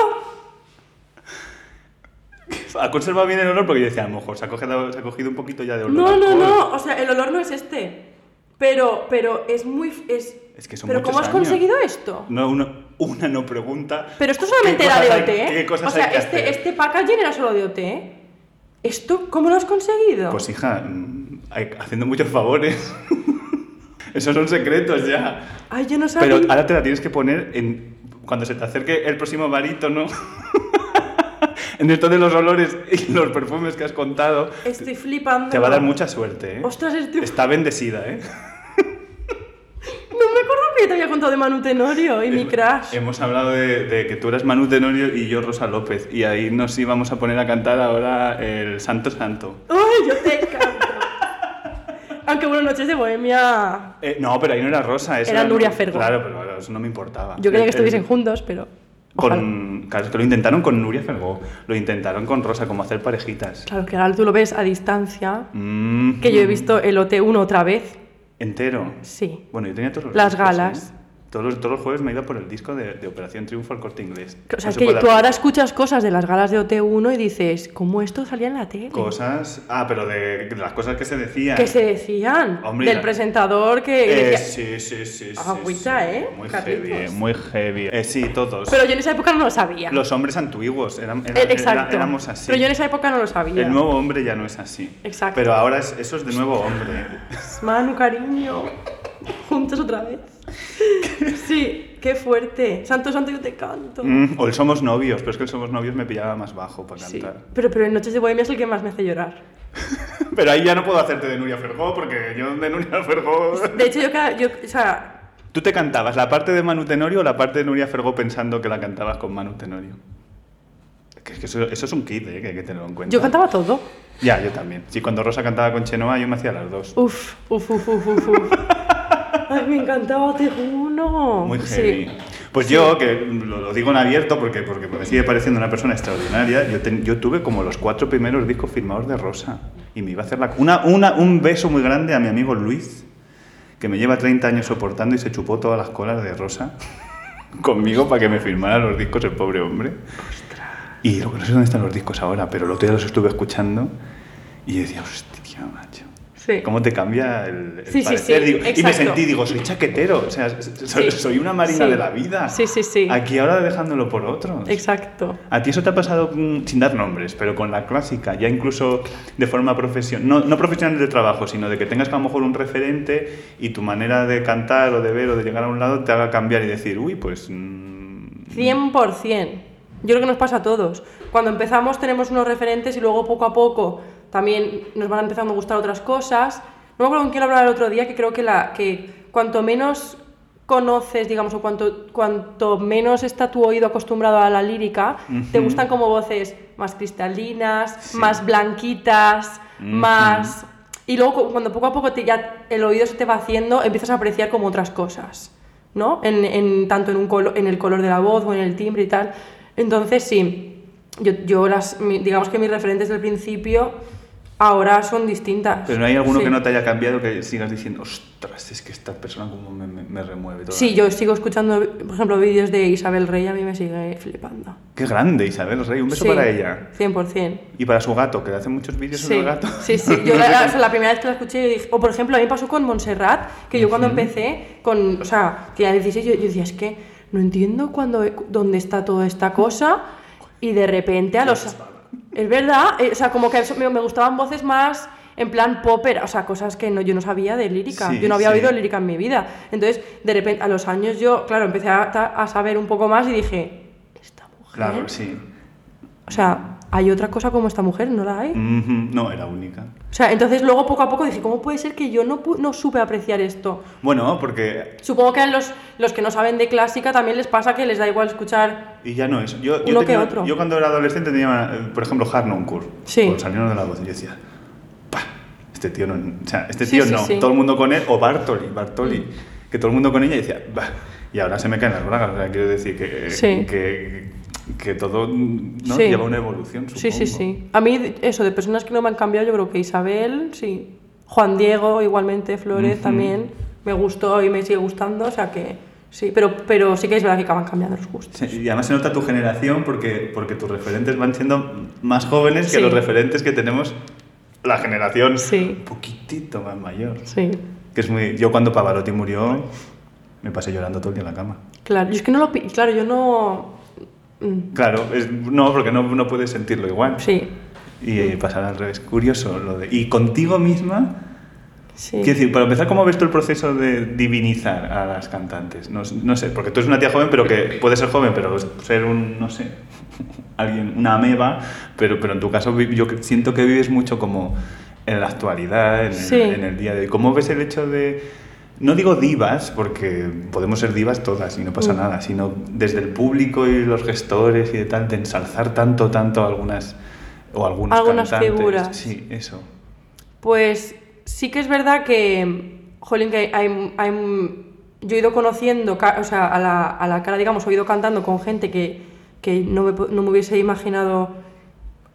S2: Ha conservado bien el olor porque yo decía, a lo mejor se ha cogido, se ha cogido un poquito ya de olor.
S3: No,
S2: a
S3: no,
S2: alcohol.
S3: no. O sea, el olor no es este. Pero, pero es muy... f- Es,
S2: Es que son
S3: ¿Pero
S2: muchos
S3: cómo has
S2: años.
S3: conseguido esto?
S2: No, una, una no pregunta.
S3: Pero esto solamente
S2: ¿Qué
S3: era de
S2: cosas
S3: OT,
S2: hay-
S3: ¿eh?
S2: ¿Qué cosas
S3: o sea,
S2: hay que
S3: este,
S2: hacer?
S3: este packaging era solo de OT. ¿Esto cómo lo has conseguido?
S2: Pues hija, mm, hay- haciendo muchos favores. Esos son secretos ya.
S3: Ay, yo no sabía.
S2: Pero ahora te la tienes que poner en cuando se te acerque el próximo barítono. en esto de los olores y los perfumes que has contado.
S3: Estoy flipando.
S2: Te va a dar mucha suerte, ¿eh?
S3: Ostras, estoy...
S2: Está bendecida, ¿eh?
S3: No me acuerdo que te había contado de Manu Tenorio y mi crash.
S2: Hemos hablado de, de que tú eras Manu Tenorio y yo Rosa López. Y ahí nos íbamos a poner a cantar ahora el Santo Santo.
S3: ¡Ay, yo te canto! Aunque bueno, Noches de Bohemia.
S2: Eh, no, pero ahí no era Rosa. eso
S3: Era Nuria Fergo.
S2: Claro, pero eso no me importaba.
S3: Yo creía
S2: El-
S3: que estuviesen
S2: el-
S3: juntos, pero. ojalá.
S2: Con, claro, es que lo intentaron con Nuria Fergó, lo intentaron con Rosa, como hacer parejitas.
S3: Claro, que ahora tú lo ves a distancia.
S2: Mm,
S3: Que yo he visto el OT1 otra vez.
S2: Entero.
S3: Sí.
S2: Bueno, yo tenía todos los
S3: Las
S2: discos,
S3: galas.
S2: ¿eh? Todos, los, todos los jueves me iba por el disco de, de Operación Triunfo al corte inglés.
S3: O sea,
S2: No
S3: es
S2: se
S3: que
S2: puede
S3: tú
S2: hacer
S3: ahora escuchas cosas de las galas de OT1 y dices, ¿cómo esto salía en la tele?
S2: Cosas. Ah, pero de, de las cosas que se decían.
S3: Que se decían
S2: Hombre,
S3: del
S2: la-
S3: presentador que.
S2: Eh,
S3: decía-
S2: sí, sí, sí. sí,
S3: Agüita,
S2: sí.
S3: ¿eh?
S2: Muy
S3: Carlitos.
S2: heavy, eh, muy heavy. Eh, sí, todos.
S3: Pero yo en esa época no lo sabía.
S2: Los hombres antiguos eran, era-
S3: Eh,
S2: era-
S3: Exacto.
S2: éramos así.
S3: Pero yo en esa época no lo sabía.
S2: El nuevo hombre ya no es así.
S3: Exacto.
S2: Pero ahora es- eso es de nuevo hombre.
S3: Manu, cariño, juntos otra vez. Sí, qué fuerte. Santo, santo, yo te canto.
S2: Mm, o el Somos Novios, pero es que el Somos Novios me pillaba más bajo para
S3: Sí.
S2: cantar.
S3: Pero, pero en Noches de Bohemia es el que más me hace llorar.
S2: Pero ahí ya no puedo hacerte de Nuria Fergó, porque yo de Nuria Fergó...
S3: De hecho, yo, cada- yo o sea,
S2: ¿Tú te cantabas la parte de Manu Tenorio o la parte de Nuria Fergó pensando que la cantabas con Manu Tenorio? Que, es que eso, eso es un kit, ¿eh? que hay que tenerlo en cuenta.
S3: yo cantaba todo.
S2: Ya, yo también. Sí, cuando Rosa cantaba con Chenoa, yo me hacía las dos.
S3: Uf, uf, uf, uf, uf. uf. Ay, me encantaba, te juro.
S2: Muy
S3: Sí.
S2: heavy. Pues yo, que lo, lo digo en abierto porque, porque me sigue pareciendo una persona extraordinaria, yo, ten- yo tuve como los cuatro primeros discos firmados de Rosa. Y me iba a hacer la- una, una- un beso muy grande a mi amigo Luis, que me lleva 30 años soportando y se chupó todas las colas de Rosa conmigo para que me firmara los discos el pobre hombre. Y lo que no sé dónde están los discos ahora, pero el otro día los estuve escuchando y decía, hostia, macho.
S3: Sí.
S2: ¿Cómo te cambia el, el
S3: Sí, sí,
S2: parecer?
S3: sí,
S2: Digo, y me
S3: exacto.
S2: sentí, digo, soy chaquetero, o sea, soy,
S3: Sí.
S2: soy una marina
S3: Sí.
S2: de la vida.
S3: Sí, sí, sí.
S2: Aquí ahora dejándolo por otros.
S3: Exacto.
S2: ¿A ti eso te ha pasado mm, sin dar nombres, pero con la clásica, ya incluso de forma profesional, no, no profesional de trabajo, sino de que tengas a lo mejor un referente y tu manera de cantar o de ver o de llegar a un lado te haga cambiar y decir, uy, pues... mm,
S3: 100%. Yo creo que nos pasa a todos. Cuando empezamos tenemos unos referentes y luego poco a poco también nos van empezando a gustar otras cosas. No me acuerdo con quién lo hablaba el otro día, que creo que, la, que cuanto menos conoces, digamos, o cuanto, cuanto menos está tu oído acostumbrado a la lírica, te
S2: Ujú.
S3: gustan como voces más cristalinas,
S2: Sí.
S3: más blanquitas,
S2: Ujú.
S3: más... Y luego cu- cuando poco a poco te, ya el oído se te va haciendo, empiezas a apreciar como otras cosas, ¿no? En, en- tanto en, un colo- en el color de la voz o en el timbre y tal. Entonces sí, yo, yo las, mi- digamos que mis referentes del principio ahora son distintas.
S2: Pero no hay alguno
S3: Sí.
S2: que no te haya cambiado que sigas diciendo, ostras, es que esta persona como me, me- me remueve todo.
S3: Sí, yo sigo escuchando, por ejemplo, vídeos de Isabel Rey, a mí me sigue flipando.
S2: Qué grande, Isabel Rey. Un beso
S3: Sí,
S2: para ella.
S3: 100%.
S2: Y para su gato, que le hace muchos vídeos sobre
S3: Sí,
S2: el gato.
S3: sí, sí. Yo la, la- o sea, la primera vez que la escuché, yo dije, o por ejemplo, a mí me pasó con Montserrat, que yo cuando empecé, con, o sea, que a 16, yo, yo decía, es que no entiendo cuándo, dónde está toda esta cosa, y de repente a los... Es verdad, eh, o sea, como que eso- me, me gustaban voces más en plan popper, o sea, cosas que no, yo no sabía de lírica,
S2: Sí,
S3: yo no había
S2: sí.
S3: oído lírica en mi vida. Entonces, de repente, a los años yo, claro, empecé a, a saber un poco más y dije, esta mujer...
S2: Claro, sí.
S3: O sea, hay otra cosa como esta mujer, no la hay.
S2: Ujú, No, era única.
S3: O sea, entonces luego poco a poco dije, ¿cómo puede ser que yo no, pu- no supe apreciar esto?
S2: Bueno, porque...
S3: Supongo que a los, los que no saben de clásica también les pasa que les da igual escuchar...
S2: Y ya no es. Yo, yo,
S3: Uno que
S2: tenía-
S3: otro.
S2: yo cuando era adolescente tenía, eh, por ejemplo, Harnoncourt.
S3: Sí.
S2: Por salir de la voz. Y yo decía, pa, este tío no... O sea, este
S3: Sí,
S2: tío
S3: sí,
S2: no.
S3: sí. Mm.
S2: Todo el mundo con él. O Bartoli, Bartoli. Que todo el mundo con ella y decía, bah. Y ahora se me caen las bragas. O sea, quiero decir que...
S3: Sí.
S2: Que, que todo ¿no?
S3: Sí.
S2: lleva una evolución, supongo.
S3: Sí, sí, sí. A mí, de- eso, de personas que no me han cambiado, yo creo que Isabel, sí. Juan Diego, igualmente, Flores
S2: Ujú.
S3: también. Me gustó y me sigue gustando, o sea que... Sí, pero, pero sí que es verdad que acaban cambiando los gustos.
S2: Sí, Y además se nota tu generación porque, porque tus referentes van siendo más jóvenes que
S3: Sí.
S2: los referentes que tenemos la generación
S3: Sí.
S2: un poquitito más mayor.
S3: Sí,
S2: Que es muy... Yo cuando Pavarotti murió me pasé llorando todo el día en la cama.
S3: claro. Yo es que no lo... pi- Claro, yo no... mm,
S2: Claro, es- no, porque no, no puedes sentirlo igual.
S3: Sí,
S2: Y eh, pasar al revés. Curioso lo de... Y contigo misma...
S3: sí.
S2: Quiero decir, para empezar, ¿cómo ves tú el proceso de divinizar a las cantantes? No, no sé, porque tú eres una tía joven, pero que puede ser joven, pero ser un, no sé, alguien, una ameba, pero, pero en tu caso vi- yo que- siento que vives mucho como en la actualidad, en el,
S3: Sí.
S2: en el día de hoy. ¿Cómo ves el hecho de, no digo divas, porque podemos ser divas todas y no pasa
S3: Mm.
S2: nada, sino desde el público y los gestores y de tal, de ensalzar tanto, tanto algunas... O algunos
S3: Algunas
S2: cantantes.
S3: figuras.
S2: Sí, eso.
S3: Pues sí que es verdad que, jolín, que hay- hay- yo he ido conociendo, ca- o sea, a la, a la cara, digamos, he ido cantando con gente que, que no, me, po- no me hubiese imaginado,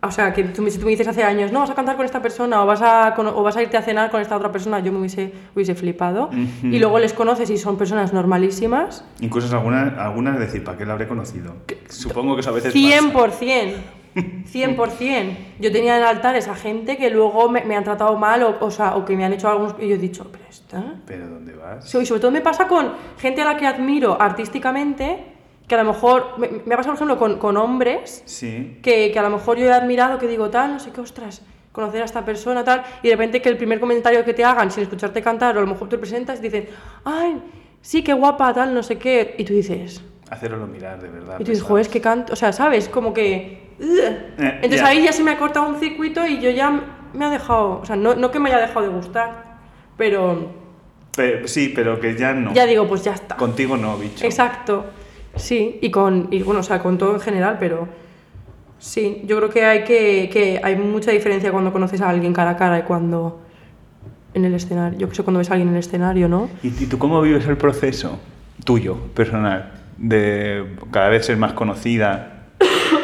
S3: o sea, que tú, me- si tú me dices hace años, no, vas a cantar con esta persona o vas a, cono- o vas a irte a cenar con esta otra persona, yo me hubiese, hubiese flipado.
S2: Ujú.
S3: Y luego les conoces y son personas normalísimas.
S2: Incluso es algunas, algunas decir, ¿para qué la habré conocido? Supongo que eso a veces
S3: 100%. 100%. Yo tenía en altares a gente que luego me, me han tratado mal o, o sea, o que me han hecho algo y yo he dicho, pero esta...
S2: pasa. ¿Pero dónde vas?
S3: Sí, Y sobre todo me pasa con gente a la que admiro artísticamente, que a lo mejor, me, me ha pasado por ejemplo con, con hombres,
S2: Sí.
S3: que, que a lo mejor yo he admirado, que digo tal, no sé qué, ostras, conocer a esta persona, tal, y de repente que el primer comentario que te hagan sin escucharte cantar, o a lo mejor te presentas y dicen, ay, sí, qué guapa, tal, no sé qué, y tú dices,
S2: Hacerlo mirar, de verdad. pues,
S3: y tú dices,
S2: pesado.
S3: joder, es que canto, o sea, ¿sabes? Como que... "Ugh".
S2: Eh,
S3: Entonces
S2: ya.
S3: ahí ya se me ha cortado un circuito y yo ya me ha dejado, o sea, no, no que me haya dejado de gustar, pero
S2: Pe- sí, pero que ya no.
S3: ya digo, pues ya está.
S2: Contigo no, bicho.
S3: Exacto, sí, y con, y bueno, o sea, con todo en general, pero sí, yo creo que hay, que, que hay mucha diferencia cuando conoces a alguien cara a cara y cuando en el escenario, yo que sé, cuando ves a alguien en el escenario, ¿no?
S2: ¿Y, y tú cómo vives el proceso tuyo, personal, de cada vez ser más conocida?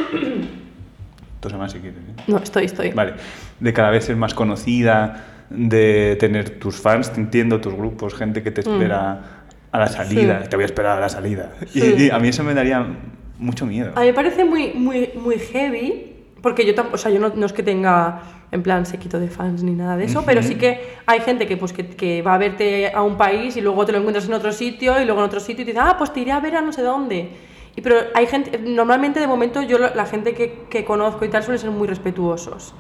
S2: Tosa más si quieres. ¿eh?
S3: No, estoy, estoy.
S2: Vale. De cada vez ser más conocida, de tener tus fans, te entiendo, tus grupos, gente que te espera a la salida.
S3: Mm. Sí.
S2: Te voy a esperar a la salida. Y-
S3: Sí.
S2: Y, a mí eso me daría mucho miedo.
S3: A mí me parece muy, muy, muy heavy, porque yo tampoco, o sea, yo no, no es que tenga en plan sequito de fans ni nada de eso, pero sí que hay gente que, pues, que, que va a verte a un país y luego te lo encuentras en otro sitio y luego en otro sitio y te dice, ah, pues te iré a ver a no sé dónde. Y, pero hay gente, normalmente de momento yo lo- la gente que, que conozco y tal suelen ser muy respetuosos.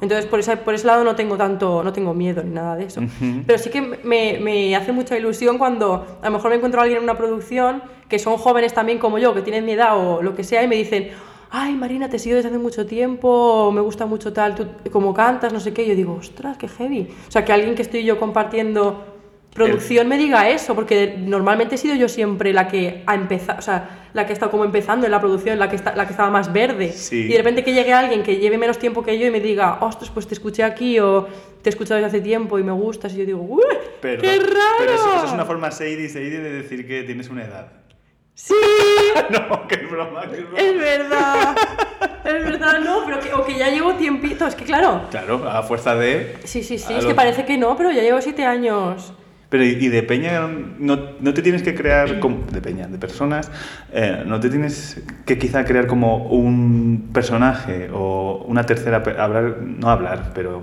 S3: Entonces por ese, por ese lado no tengo tanto, no tengo miedo ni nada de eso.
S2: Ujú.
S3: Pero sí que me, me hace mucha ilusión cuando a lo mejor me encuentro a alguien en una producción que son jóvenes también como yo, que tienen mi edad o lo que sea, y me dicen, ay Marina, te sigo desde hace mucho tiempo, me gusta mucho tal, tú, como cantas, no sé qué. Y yo digo, ostras, qué heavy. O sea, que alguien que estoy yo compartiendo producción me diga eso, porque normalmente he sido yo siempre la que ha empezado, o sea, la que ha estado como empezando en la producción, la que, está, la que estaba más verde.
S2: Sí.
S3: Y de repente que llegue alguien que lleve menos tiempo que yo y me diga, ostras, pues te escuché aquí o te he escuchado desde hace tiempo y me gustas, y yo digo, "Ué,
S2: Perdón,
S3: ¡qué raro!
S2: Pero eso, eso es una forma shady, shady de decir que tienes una edad.
S3: Sí,
S2: no, que es broma, que es broma.
S3: es verdad. es verdad, no, pero que, o que ya llevo tiempito, es que claro.
S2: Claro, a fuerza de...
S3: Sí, sí, sí,
S2: a
S3: es
S2: lo-
S3: que parece que no, pero ya llevo siete años.
S2: Pero y y de peña, no, no te tienes que crear, como, de peña, de personas, eh, no te tienes que quizá crear como un personaje o una tercera, pe- hablar, no hablar, pero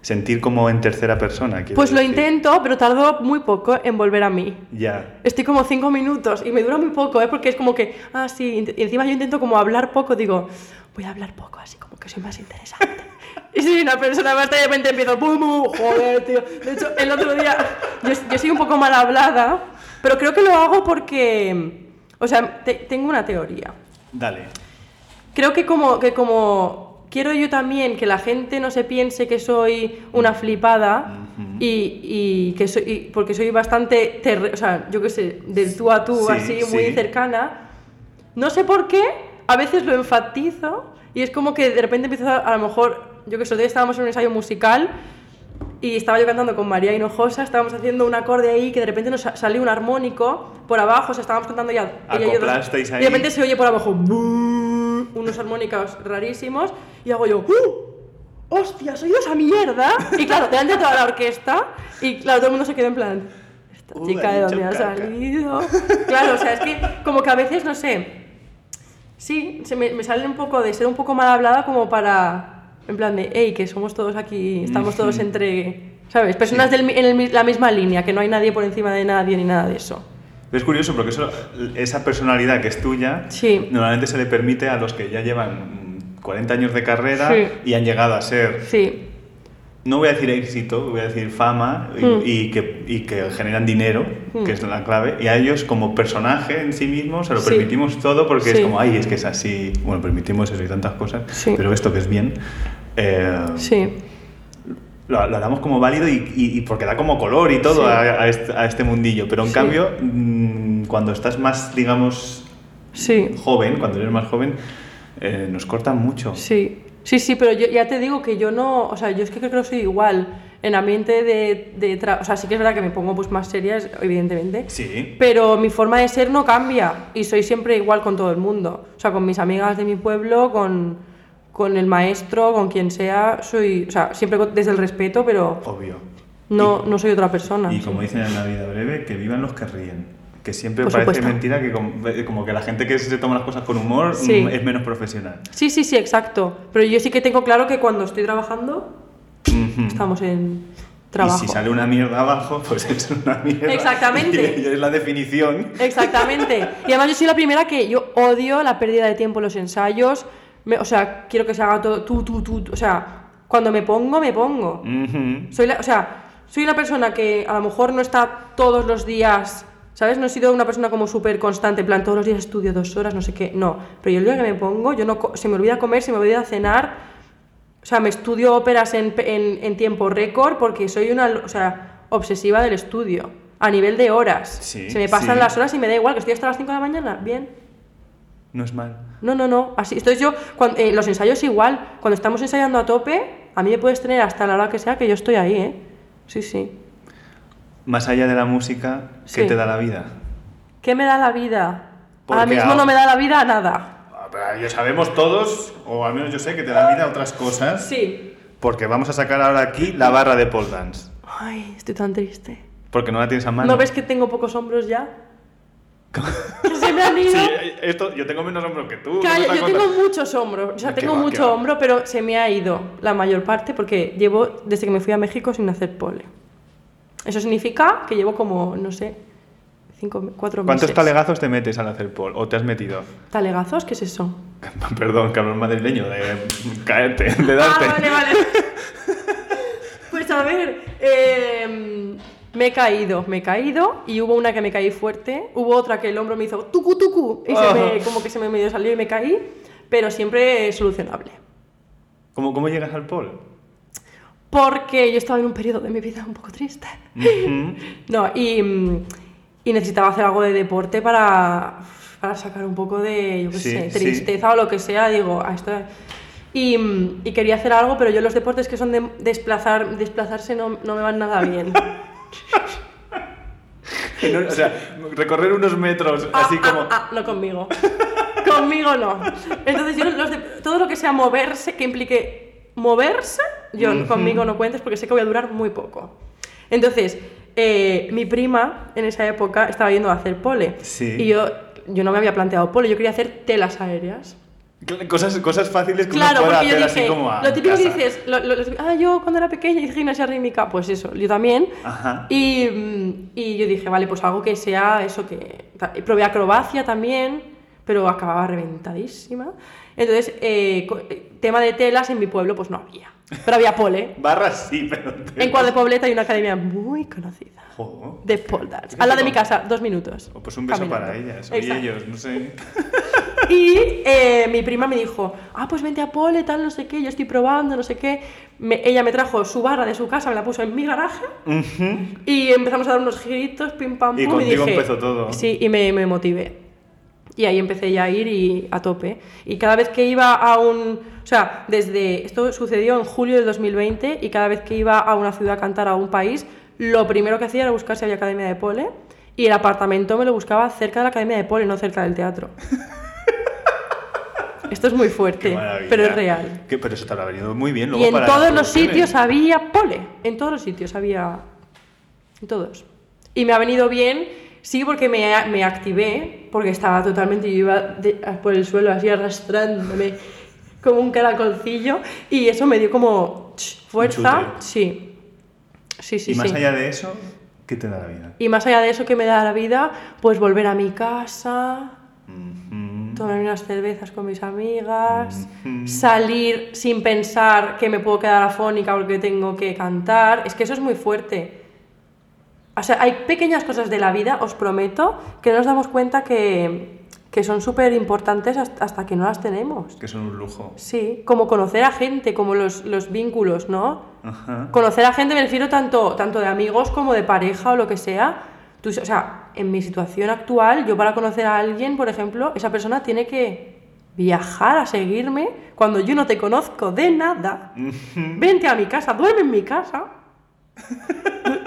S2: sentir como en tercera persona. quiero
S3: Pues lo
S2: decir.
S3: intento, pero tardo muy poco en volver a mí.
S2: Ya,
S3: Estoy como cinco minutos y me dura muy poco, ¿eh? Porque es como que, ah, sí, int- y encima yo intento como hablar poco, digo, voy a hablar poco, así como que soy más interesante. Y soy una persona más, de repente empiezo, pum, pum, joder, tío. De hecho, el otro día, yo, yo soy un poco mal hablada, pero creo que lo hago porque, o sea, te- tengo una teoría.
S2: dale.
S3: Creo que como, que como quiero yo también que la gente no se piense que soy una flipada y, y que soy, y- porque soy bastante, terre- o sea, yo qué sé, del tú a tú,
S2: Sí,
S3: así, muy
S2: sí.
S3: cercana. No sé por qué, a veces lo enfatizo y es como que de repente empiezo a, a lo mejor, yo que sé, el otro día estábamos en un ensayo musical y estaba yo cantando con María Hinojosa, estábamos haciendo un acorde ahí que de repente nos sa- salió un armónico por abajo, o sea, estábamos cantando ya. ella y yo dos-
S2: Acoplasteis
S3: y
S2: ahí.
S3: de repente se oye por abajo "Bú", unos armónicos rarísimos y hago yo "Uh, ¡Hostia, soy esa mierda! Y claro, delante de toda la orquesta y claro, todo el mundo se quedó en plan ¿Esta
S2: Uh,
S3: chica
S2: ha
S3: de
S2: dicho
S3: dónde ha
S2: caca.
S3: salido? Claro, o sea, es que como que a veces, no sé Sí, se me, me sale un poco de ser un poco mal hablada como para en plan de, hey, que somos todos aquí, estamos todos entre, ¿sabes? Personas del mi- en el mi- la misma línea, que no hay nadie por encima de nadie ni nada de eso.
S2: Es curioso porque eso, esa personalidad que es tuya
S3: Sí.
S2: normalmente se le permite a los que ya llevan mm, 40 años de carrera
S3: Sí.
S2: y han llegado a ser,
S3: Sí,
S2: no voy a decir éxito, voy a decir fama y,
S3: Mm.
S2: y que, y que generan dinero,
S3: Mm.
S2: que es la clave, y a ellos como personaje en sí mismo se lo
S3: Sí.
S2: permitimos todo porque es
S3: Sí.
S2: como, ay, es que es así, bueno, permitimos eso y tantas cosas,
S3: Sí.
S2: pero esto que es bien. eh,
S3: sí.
S2: lo, lo damos como válido y, y- y porque da como color y todo
S3: Sí.
S2: a, a est- a este mundillo. Pero en
S3: Sí.
S2: cambio, mm, cuando estás más, digamos,
S3: Sí,
S2: joven, cuando eres más joven, eh, nos cortan mucho.
S3: sí. Sí, sí, pero yo ya te digo que yo no, o sea, yo es que creo que soy igual en ambiente de, de tra- o sea, sí que es verdad que me pongo pues más seria, es- evidentemente,
S2: Sí.
S3: pero mi forma de ser no cambia y soy siempre igual con todo el mundo, o sea, con mis amigas de mi pueblo, con, con el maestro, con quien sea, soy, o sea, siempre con- desde el respeto, pero
S2: Obvio.
S3: no, no soy otra persona.
S2: Y como dicen en la vida breve, que vivan los que ríen. Que siempre
S3: Por
S2: parece
S3: supuesto.
S2: mentira que com- eh, como que la gente que se toma las cosas con humor
S3: Sí.
S2: mm, es menos profesional.
S3: Sí, sí, sí, exacto, pero yo sí que tengo claro que cuando estoy trabajando,
S2: Ujú.
S3: estamos en trabajo.
S2: Y si sale una mierda abajo, pues es una mierda.
S3: Exactamente.
S2: Y es la definición.
S3: Exactamente. Y además yo soy la primera que yo odio la pérdida de tiempo en los ensayos. Me- o sea, quiero que se haga todo tú, tú, tú. tú. O sea, cuando me pongo, me pongo.
S2: Ujú.
S3: Soy la, o sea, soy una persona que a lo mejor no está todos los días, ¿sabes? No he sido una persona como súper constante, en plan, todos los días estudio dos horas, no sé qué. No, pero yo el día que me pongo, yo no, co- se me olvida comer, se me olvida cenar. O sea, me estudio óperas en, pe- en- en tiempo récord porque soy una o sea, obsesiva del estudio, a nivel de horas.
S2: Sí,
S3: se me pasan
S2: sí.
S3: las horas y me da igual, que estoy hasta las 5 de la mañana, bien.
S2: No es mal.
S3: No, no, no. Así, entonces yo, cuan- eh, los ensayos igual, cuando estamos ensayando a tope, a mí me puedes tener hasta la hora que sea que yo estoy ahí, ¿eh? Sí, sí.
S2: Más allá de la música, ¿qué
S3: Sí.
S2: te da la vida?
S3: ¿Qué me da la vida?
S2: Porque
S3: Ahora mismo
S2: ahora-
S3: no me da la vida nada.
S2: Ah, Ya sabemos todos, o al menos yo sé que te da vida otras cosas.
S3: Sí.
S2: Porque vamos a sacar ahora aquí la barra de pole dance.
S3: Ay, estoy tan triste.
S2: Porque no la tienes a mano.
S3: ¿No ves que tengo pocos hombros ya? ¿Que se me han ido?
S2: Sí, eh, esto, yo tengo menos hombros que tú.
S3: Claro,
S2: no me
S3: yo
S2: das
S3: tengo
S2: cuenta.
S3: muchos hombros, o sea,
S2: Qué
S3: tengo
S2: va, qué
S3: mucho
S2: va.
S3: hombro, pero se me ha ido la mayor parte porque llevo desde que me fui a México sin hacer pole. Eso significa que llevo como, no sé, cinco, me- cuatro meses.
S2: ¿Cuántos talegazos te metes al hacer pole? ¿O te has metido?
S3: ¿Talegazos? ¿Qué es eso?
S2: Perdón, cabrón madrileño, de caerte, de darte.
S3: Ah, vale, vale. pues a ver, em, me he caído, me he caído y hubo una que me caí fuerte, hubo otra que el hombro me hizo tucu tucu y se me-
S2: Ah.
S3: como que se me medio salió y me caí, pero siempre solucionable.
S2: ¿Cómo, ¿Cómo llegas al pole?
S3: porque yo estaba en un periodo de mi vida un poco triste.
S2: Ujú.
S3: No, y, mm, y necesitaba hacer algo de deporte para, para sacar un poco de, yo qué
S2: Sí,
S3: sé,
S2: sí.
S3: tristeza o lo que sea, digo, a esto... Y, mm, y quería hacer algo, pero yo los deportes que son de desplazar, desplazarse no, no me van nada bien.
S2: Que no- o sea, recorrer unos metros así
S3: Ah,
S2: como...
S3: ah, ah, no conmigo. conmigo no. Entonces yo los de- todo lo que sea moverse, que implique moverse, yo conmigo no cuentes porque sé que voy a durar muy poco. Entonces, eh, mi prima en esa época estaba yendo a hacer pole.
S2: Sí.
S3: Y yo, yo no me había planteado pole, yo quería hacer telas aéreas.
S2: Cl- Cosas, cosas fáciles que
S3: Claro,
S2: uno pueda
S3: porque yo
S2: hacer así
S3: dije,
S2: como a
S3: lo típico que
S2: casa.
S3: dices, lo- lo- lo típico, ah, yo cuando era pequeña hice gimnasia rítmica, pues eso, yo también.
S2: Ajá.
S3: Y, mm, y yo dije, vale, pues algo que sea eso que... ta- y Probé acrobacia también, pero acababa reventadísima. Entonces, eh, co- eh, tema de telas en mi pueblo pues no había, pero había pole.
S2: Barras sí, pero... te-
S3: en Cuadro de Pobleta hay una academia muy conocida
S2: Jo.
S3: de pole dance, al lado de mi casa, dos minutos.
S2: O Pues un beso
S3: caminando.
S2: para ellas, o y
S3: Exacto.
S2: ellos, no sé.
S3: Y eh, mi prima me dijo, ah, pues vente a Pole, tal, no sé qué, yo estoy probando, no sé qué. Me- ella me trajo su barra de su casa, me la puso en mi garaje
S2: Ujú.
S3: y empezamos a dar unos giritos, pim, pam,
S2: Y
S3: pum.
S2: contigo
S3: dije,
S2: empezó todo.
S3: Sí, y me, me motivé. Y ahí empecé ya a ir y a tope. Y cada vez que iba a un... O sea, desde... Esto sucedió en julio del 2020 y cada vez que iba a una ciudad a cantar a un país, lo primero que hacía era buscar si había academia de pole y el apartamento me lo buscaba cerca de la academia de pole, no cerca del teatro. Esto es muy
S2: Qué
S3: fuerte,
S2: maravilla.
S3: pero es real.
S2: Que- pero eso te habrá venido muy bien luego
S3: Y en
S2: para
S3: todos
S2: las
S3: los
S2: producciones.
S3: sitios había pole. En todos los sitios había. En todos. Y me ha venido bien, sí, porque me, me activé, porque estaba totalmente. Yo iba de- por el suelo así arrastrándome como un caracolcillo. Y eso me dio como ch,
S2: Un
S3: fuerza.
S2: chute.
S3: Sí. Sí, sí,
S2: Y más
S3: sí.
S2: allá de eso, ¿qué te da la vida?
S3: Y más allá de eso que me da la vida, pues volver a mi casa,
S2: Ujú.
S3: tomar unas cervezas con mis amigas,
S2: Ujú.
S3: salir sin pensar que me puedo quedar afónica porque tengo que cantar. Es que eso es muy fuerte. O sea, hay pequeñas cosas de la vida, os prometo, que no nos damos cuenta que, que son súper importantes hasta hasta que no las tenemos.
S2: Que son un lujo.
S3: Sí, como conocer a gente, como los, los vínculos, ¿no?
S2: Ajá.
S3: Conocer a gente me refiero tanto, tanto de amigos como de pareja o lo que sea. Tú- o sea, en mi situación actual, yo para conocer a alguien, por ejemplo, esa persona tiene que viajar a seguirme cuando yo no te conozco de nada. Vente a mi casa, duerme en mi casa.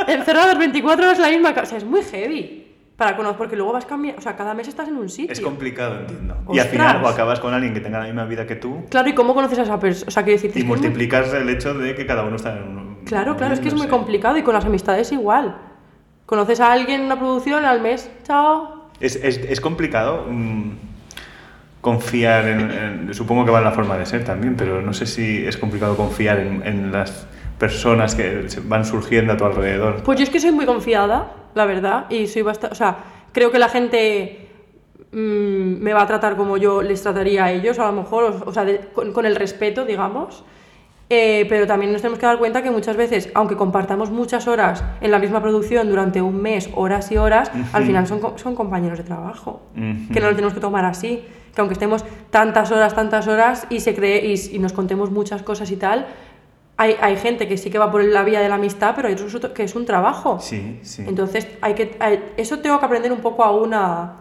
S3: Encerradas 24 horas en la misma casa. O sea, es muy heavy. Para conocer, porque luego vas cambiando. O sea, cada mes estás en un sitio.
S2: Es complicado, entiendo. Y al
S3: Ostras.
S2: final o acabas con alguien que tenga la misma vida que tú
S3: Claro, ¿y cómo conoces a esa persona? O sea, quiero decirte.
S2: y
S3: es que es muy-
S2: multiplicas el hecho de que cada uno está en un...
S3: Claro, claro, es que es
S2: no
S3: muy
S2: sé.
S3: complicado y con las amistades igual. Conoces a alguien en una producción al mes, chao.
S2: Es, es- es complicado mm, confiar en, en- Supongo que va en la forma de ser también, pero no sé si es complicado confiar en, en las personas que se- van surgiendo a tu alrededor.
S3: Pues yo es que soy muy confiada, la verdad, y soy bastante, o sea, creo que la gente mm, me va a tratar como yo les trataría a ellos, a lo mejor, o, o sea, de- con, con el respeto, digamos. Eh, pero también nos tenemos que dar cuenta que muchas veces, aunque compartamos muchas horas en la misma producción durante un mes, horas y horas, al final son, co- son compañeros de trabajo.
S2: Ujú.
S3: Que no lo tenemos que tomar así. Que aunque estemos tantas horas, tantas horas y, se cree, y, y nos contemos muchas cosas y tal, hay, hay gente que sí que va por la vía de la amistad, pero hay otros otro- que es un trabajo.
S2: Sí, sí.
S3: Entonces, hay que, hay- eso tengo que aprender un poco aún a,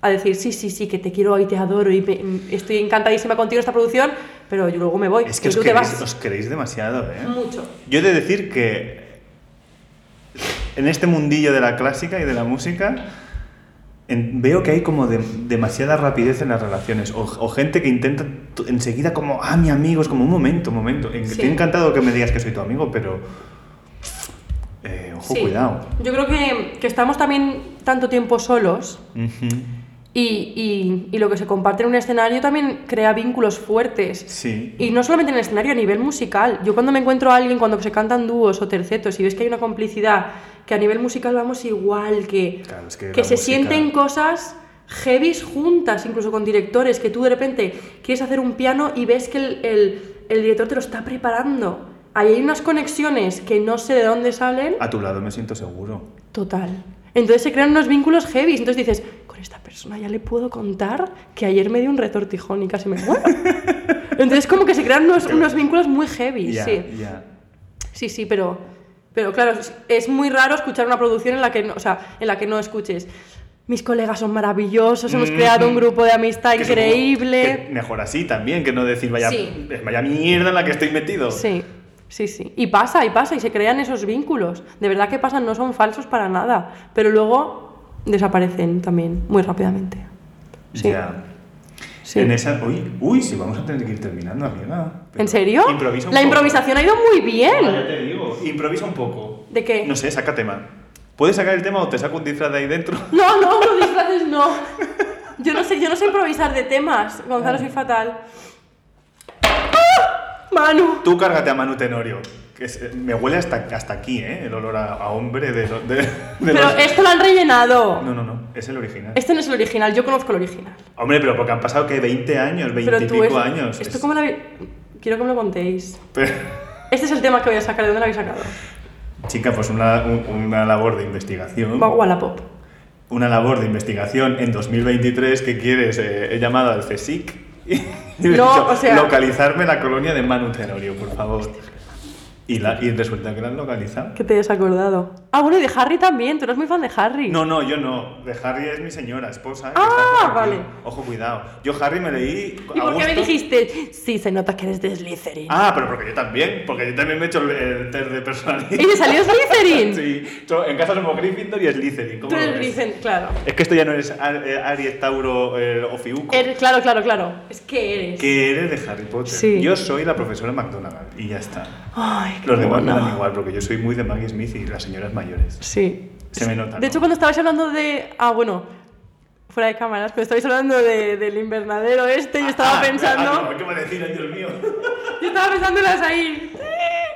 S3: a decir, sí, sí, sí, que te quiero y te adoro y me- m- estoy encantadísima contigo en esta producción, pero yo luego me voy.
S2: es que
S3: y
S2: os
S3: tú te
S2: queréis,
S3: vas.
S2: os queréis demasiado, ¿eh?
S3: Mucho.
S2: Yo he de decir que en este mundillo de la clásica y de la música en- veo que hay como de- demasiada rapidez en las relaciones o, o gente que intenta t- enseguida como, ah, mi amigo, es como un momento, un momento. En-
S3: Sí.
S2: Te he encantado que me digas que soy tu amigo, pero... eh, ojo,
S3: Sí.
S2: cuidado.
S3: Yo creo que, que estamos también tanto tiempo solos
S2: Ujú.
S3: y, y- y lo que se comparte en un escenario también crea vínculos fuertes.
S2: Sí.
S3: Y no solamente en el escenario, a nivel musical. Yo cuando me encuentro a alguien, cuando se cantan dúos o tercetos y ves que hay una complicidad, que a nivel musical vamos igual, que,
S2: Claro, es que la
S3: se
S2: música-
S3: sienten cosas heavies juntas, incluso con directores, que tú de repente quieres hacer un piano y ves que el, el- el director te lo está preparando. Ahí hay unas conexiones que no sé de dónde salen.
S2: A tu lado me siento seguro.
S3: Total. Entonces se crean unos vínculos heavy. Entonces dices, con esta persona ya le puedo contar que ayer me dio un retortijón y casi me muero. Entonces como que se crean unos, unos vínculos muy heavy,
S2: Ya,
S3: sí.
S2: ya.
S3: Sí, sí, pero, pero claro, es- es muy raro escuchar una producción en la que no, o sea, en la que no escuches. Mis colegas son maravillosos, hemos
S2: Mm.
S3: creado un grupo de amistad
S2: Que supongo que
S3: Ah, increíble.
S2: Mejor así también, que no decir vaya,
S4: Sí.
S2: vaya mierda en la que estoy metido.
S3: Sí, sí, sí. Y pasa, y pasa, y se crean esos vínculos. De verdad que pasan, no son falsos para nada. Pero luego desaparecen también, muy rápidamente. Sí.
S2: Ya.
S3: Sí.
S2: En esa, uy, uy, sí, vamos a tener que ir terminando, amiga. Pero
S3: ¿En serio?
S2: improvisa un
S3: La
S2: poco.
S3: improvisación ha ido muy
S2: No,
S3: bien.
S2: ya te digo, improvisa un poco.
S3: ¿De qué?
S2: No sé, saca tema. ¿Puedes sacar el tema o te saco un disfraz de ahí dentro?
S3: No, no, no disfraces no. Yo no sé, yo no sé improvisar de temas. Gonzalo, soy fatal. ¡Ah! Manu.
S2: Tú cárgate a Manu Tenorio. Que es- me huele hasta, hasta aquí, ¿eh? El olor a, a hombre de, lo- de- de
S3: Pero
S2: los-
S3: esto lo han rellenado.
S2: No, no, no, es el original.
S3: Este no es el original, yo conozco el original.
S2: Hombre, pero porque han pasado que 20 años, 20
S3: Pero
S2: y
S3: tú
S2: pico
S3: es-
S2: años.
S3: Esto
S2: Es-
S3: cómo lo habéis... Quiero que me lo contéis.
S2: Pero-
S3: Este es el tema que voy a sacar, ¿de dónde lo habéis sacado?
S2: Chica, pues una, un- una labor de investigación.
S3: Va Wallapop.
S2: Una labor de investigación en 2023 que quieres. eh, he llamado al CSIC y he
S3: No, o sea-
S2: localizarme la colonia de Manu Tenorio, por favor. Y, la, y resulta que la han localizado.
S3: ¿Qué te has acordado? Ah, bueno, y de Harry también, tú eres muy fan de Harry.
S2: No, no, yo no. De Harry es mi señora, esposa. que
S3: Ah,
S2: está por aquí.
S3: vale.
S2: Ojo, cuidado. Yo Harry me leí.
S3: ¿Y
S2: a
S3: por qué me
S2: gusto.
S3: dijiste? Sí, se nota que eres de Slytherin.
S2: Ah, pero porque yo también, porque yo también me he hecho el, el test de personalidad.
S3: ¿Y te salió Slytherin?
S2: sí, So, en casa somos Gryffindor y Slytherin. ¿cómo
S3: tú
S2: lo
S3: eres
S2: ves?
S3: Gryffindor, claro.
S2: Es que esto ya no es Ar- eh, Aries, Tauro eh, o Fiuco.
S3: Eres- claro, claro, claro. Es que eres.
S2: Que eres de Harry Potter.
S3: Sí.
S2: Yo soy la profesora McDonagall y ya está.
S3: Ay, qué
S2: Los demás me
S3: mono.
S2: dan igual porque yo soy muy de Maggie Smith y las señoras mayores.
S3: Sí.
S2: Se me nota.
S3: De
S2: ¿no?
S3: hecho, cuando estabais hablando de. Ah, bueno, fuera de cámaras, pero estabais hablando de- del invernadero este, yo estaba
S2: Ah,
S3: pensando.
S2: ah, no, ¿Qué me decir, Dios mío?
S3: Yo estaba pensando en las ahí.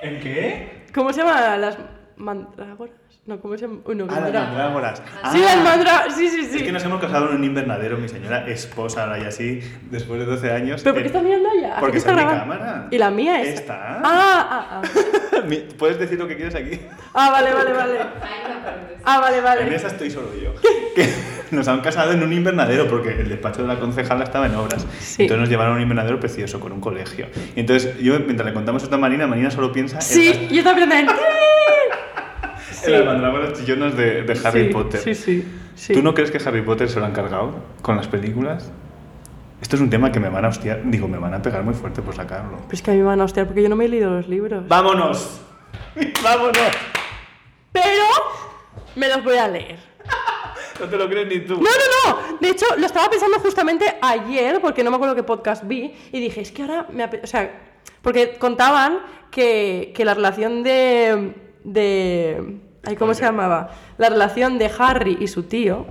S2: ¿En qué?
S3: ¿Cómo se llama? Las mandrágoras. No, ¿cómo se llama? Uy, no,
S2: Ah, las
S3: mandrágoras.
S2: mandrágoras.
S3: Sí, las
S2: Ah.
S3: mandrágoras. Sí, sí, sí.
S2: Es que nos hemos casado en un invernadero, mi señora esposa, ahora y así, después de 12 años.
S3: ¿Pero por qué
S2: Eh,
S3: estás mirando allá?
S2: Porque
S3: está
S2: esa es mi
S3: grabando?
S2: cámara.
S3: ¿Y la mía es?
S2: Esta.
S3: Ah, ah, ah.
S2: Mi- Puedes decir lo que quieras aquí.
S3: Ah, vale, vale, vale.
S4: Ahí me acuerdo.
S3: Ah, vale,
S2: En
S3: vale.
S2: esa estoy solo yo. Que nos han casado en un invernadero porque el despacho de la concejala estaba en obras.
S3: Sí.
S2: Entonces nos llevaron a un invernadero precioso con un colegio. Y entonces yo, mientras le contamos esto a Marina, Marina solo piensa en las-
S3: Sí, yo también. también.
S2: en,
S3: Sí.
S2: las mandrágoras chillonas de, de Harry
S3: Sí,
S2: Potter.
S3: Sí, sí. sí.
S2: ¿Tú no crees que Harry Potter se lo han cargado con las películas? Esto es un tema que me van a hostiar, digo, me van a pegar muy fuerte por sacarlo.
S3: Pero es que a mí me van a hostiar porque yo no me he leído los libros.
S2: ¡Vámonos! ¡Vámonos!
S3: Pero me los voy a leer.
S2: No te lo crees ni tú.
S3: No, no, no. De hecho, lo estaba pensando justamente ayer, porque no me acuerdo qué podcast vi, y dije, es que ahora me... ape- O sea, porque contaban que, que la relación de... de ay, ¿Cómo
S2: Spoiler.
S3: se llamaba? La relación de Harry y su tío,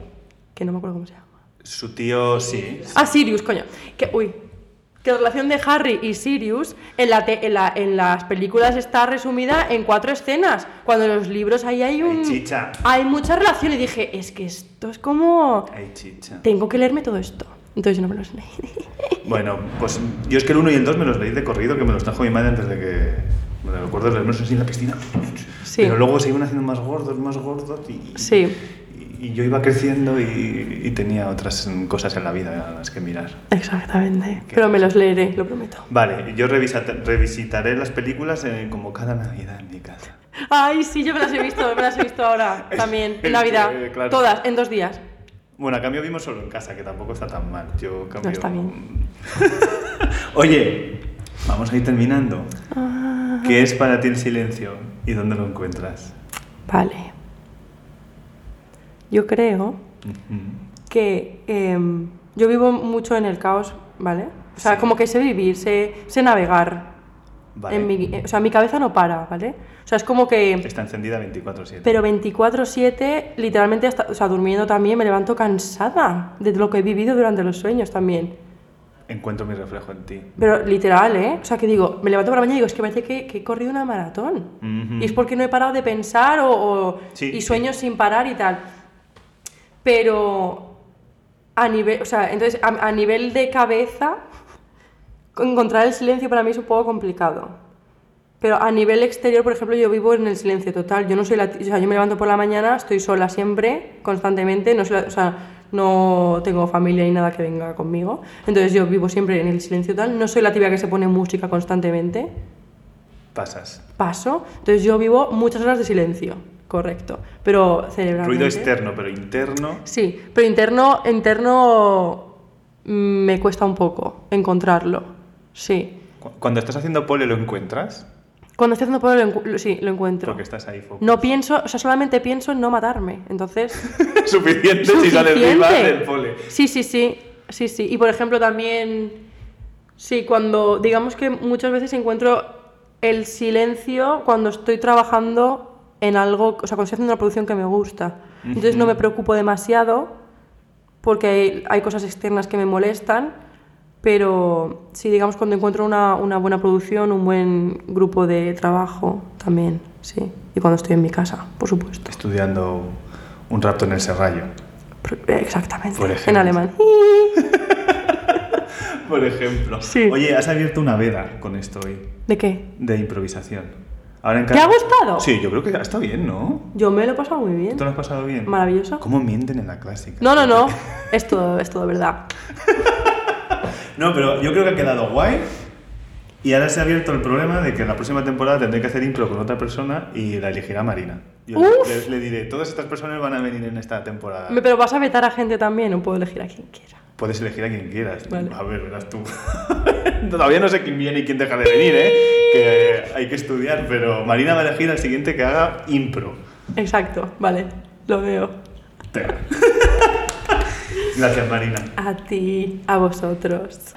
S3: que no me acuerdo cómo se llama.
S2: Su tío sí.
S3: Ah, Sirius, coño. Que, uy. Que la relación de Harry y Sirius en, la te- en, la- en las películas está resumida en cuatro escenas. Cuando en los libros ahí hay un.
S2: Hay chicha.
S3: Hay mucha relación. Y dije, es que esto es como.
S2: Ay, chicha.
S3: Tengo que leerme todo esto. Entonces yo no me los leí.
S2: Bueno, pues yo es que el 1 y el 2 me los leí de corrido, que me los trajo mi madre antes de que. Me recuerdo leerlos así en la piscina.
S3: Sí.
S2: Pero luego se iban haciendo más gordos, más gordos y.
S3: Sí.
S2: Y, y yo iba creciendo y, y tenía otras mm, cosas en la vida a las que mirar.
S3: Exactamente. Pero me los leeré, lo prometo.
S2: Vale, yo revisat- revisitaré las películas eh, como cada Navidad en mi casa.
S3: Ay, sí, yo me las he visto, me las he visto ahora también, en Navidad.
S2: Eh, claro.
S3: Todas, en dos días.
S2: Bueno, a cambio vimos solo en casa, que tampoco está tan mal. Yo cambio.
S3: está bien.
S2: Oye, vamos a ir terminando.
S3: Ah.
S2: ¿Qué es para ti el silencio y dónde lo encuentras?
S3: Vale. Yo creo que em, yo vivo mucho en el caos, ¿vale? O sea,
S2: Sí.
S3: como que sé vivir, sé, sé navegar.
S2: Vale.
S3: En mi, o sea, mi cabeza no para, ¿vale? O sea, es como que...
S2: Está encendida 24-7.
S3: Pero 24/7, literalmente, hasta, o sea, durmiendo también, me levanto cansada de lo que he vivido durante los sueños también.
S2: Encuentro mi reflejo en ti.
S3: Pero literal, ¿eh? O sea, que digo, me levanto por la mañana y digo, es que parece que, que he corrido una maratón.
S2: Ujú.
S3: Y es porque no he parado de pensar o, o-
S2: Sí,
S3: y
S2: sí.
S3: sueño sin parar y tal. Pero a nivel, o sea, entonces a, a nivel de cabeza, encontrar el silencio para mí es un poco complicado. Pero a nivel exterior, por ejemplo, yo vivo en el silencio total. Yo no soy la, ti- o sea, yo me levanto por la mañana, estoy sola siempre, constantemente, no soy la- o sea, no tengo familia ni nada que venga conmigo. Entonces yo vivo siempre en el silencio total. No soy la tía que se pone música constantemente.
S2: pasas.
S3: paso. Entonces yo vivo muchas horas de silencio, correcto. Pero cerebralmente...
S2: Ruido externo, pero interno.
S3: Sí, pero interno, interno mm, me cuesta un poco encontrarlo. Sí.
S2: Cu- Cuando estás haciendo pole lo encuentras,
S3: Cuando estoy haciendo pueblo, lo, encu- lo- sí, lo encuentro.
S2: porque estás ahí focus.
S3: No pienso, o sea, solamente pienso en no matarme. Entonces,
S2: Suficiente, si sales
S3: suficiente.
S2: viva del pole.
S3: Sí, sí, sí. Sí, sí. Y por ejemplo, también. Sí, cuando. Digamos que muchas veces encuentro el silencio cuando estoy trabajando en algo. O sea, cuando estoy haciendo una producción que me gusta. Entonces no me preocupo demasiado porque hay, hay cosas externas que me molestan. Pero sí, digamos, cuando encuentro una, una buena producción, un buen grupo de trabajo también, sí. Y cuando estoy en mi casa, por supuesto.
S2: Estudiando un rapto en el serrallo,
S3: Pr- Exactamente.
S2: Por
S3: En
S2: ejemplo.
S3: alemán.
S2: por ejemplo.
S3: Sí.
S2: Oye, has abierto una veda con esto hoy,
S3: ¿De qué?
S2: de improvisación. Ahora en
S3: ¿Te
S2: cada-
S3: ha gustado?
S2: Sí, yo creo que está bien, ¿no?
S3: Yo me lo he pasado muy bien.
S2: ¿Tú lo has pasado bien?
S3: Maravilloso.
S2: ¿Cómo mienten en la clásica?
S3: No, no, no. Es todo, es todo verdad.
S2: No, pero yo creo que ha quedado guay. Y ahora se ha abierto el problema de que en la próxima temporada tendré que hacer impro con otra persona y la elegirá Marina. Yo
S3: Uf.
S2: le, le diré, todas estas personas van a venir en esta temporada.
S3: Me- Pero vas a vetar a gente también, no puedo elegir a quien quiera.
S2: Puedes elegir a quien quieras.
S3: Vale.
S2: A ver, verás tú. Todavía no sé quién viene y quién deja de venir, ¿eh? Que hay que estudiar, pero Marina va a elegir al siguiente que haga impro.
S3: Exacto, vale. Lo veo.
S2: Te- Gracias, Marina.
S3: A ti, a vosotros.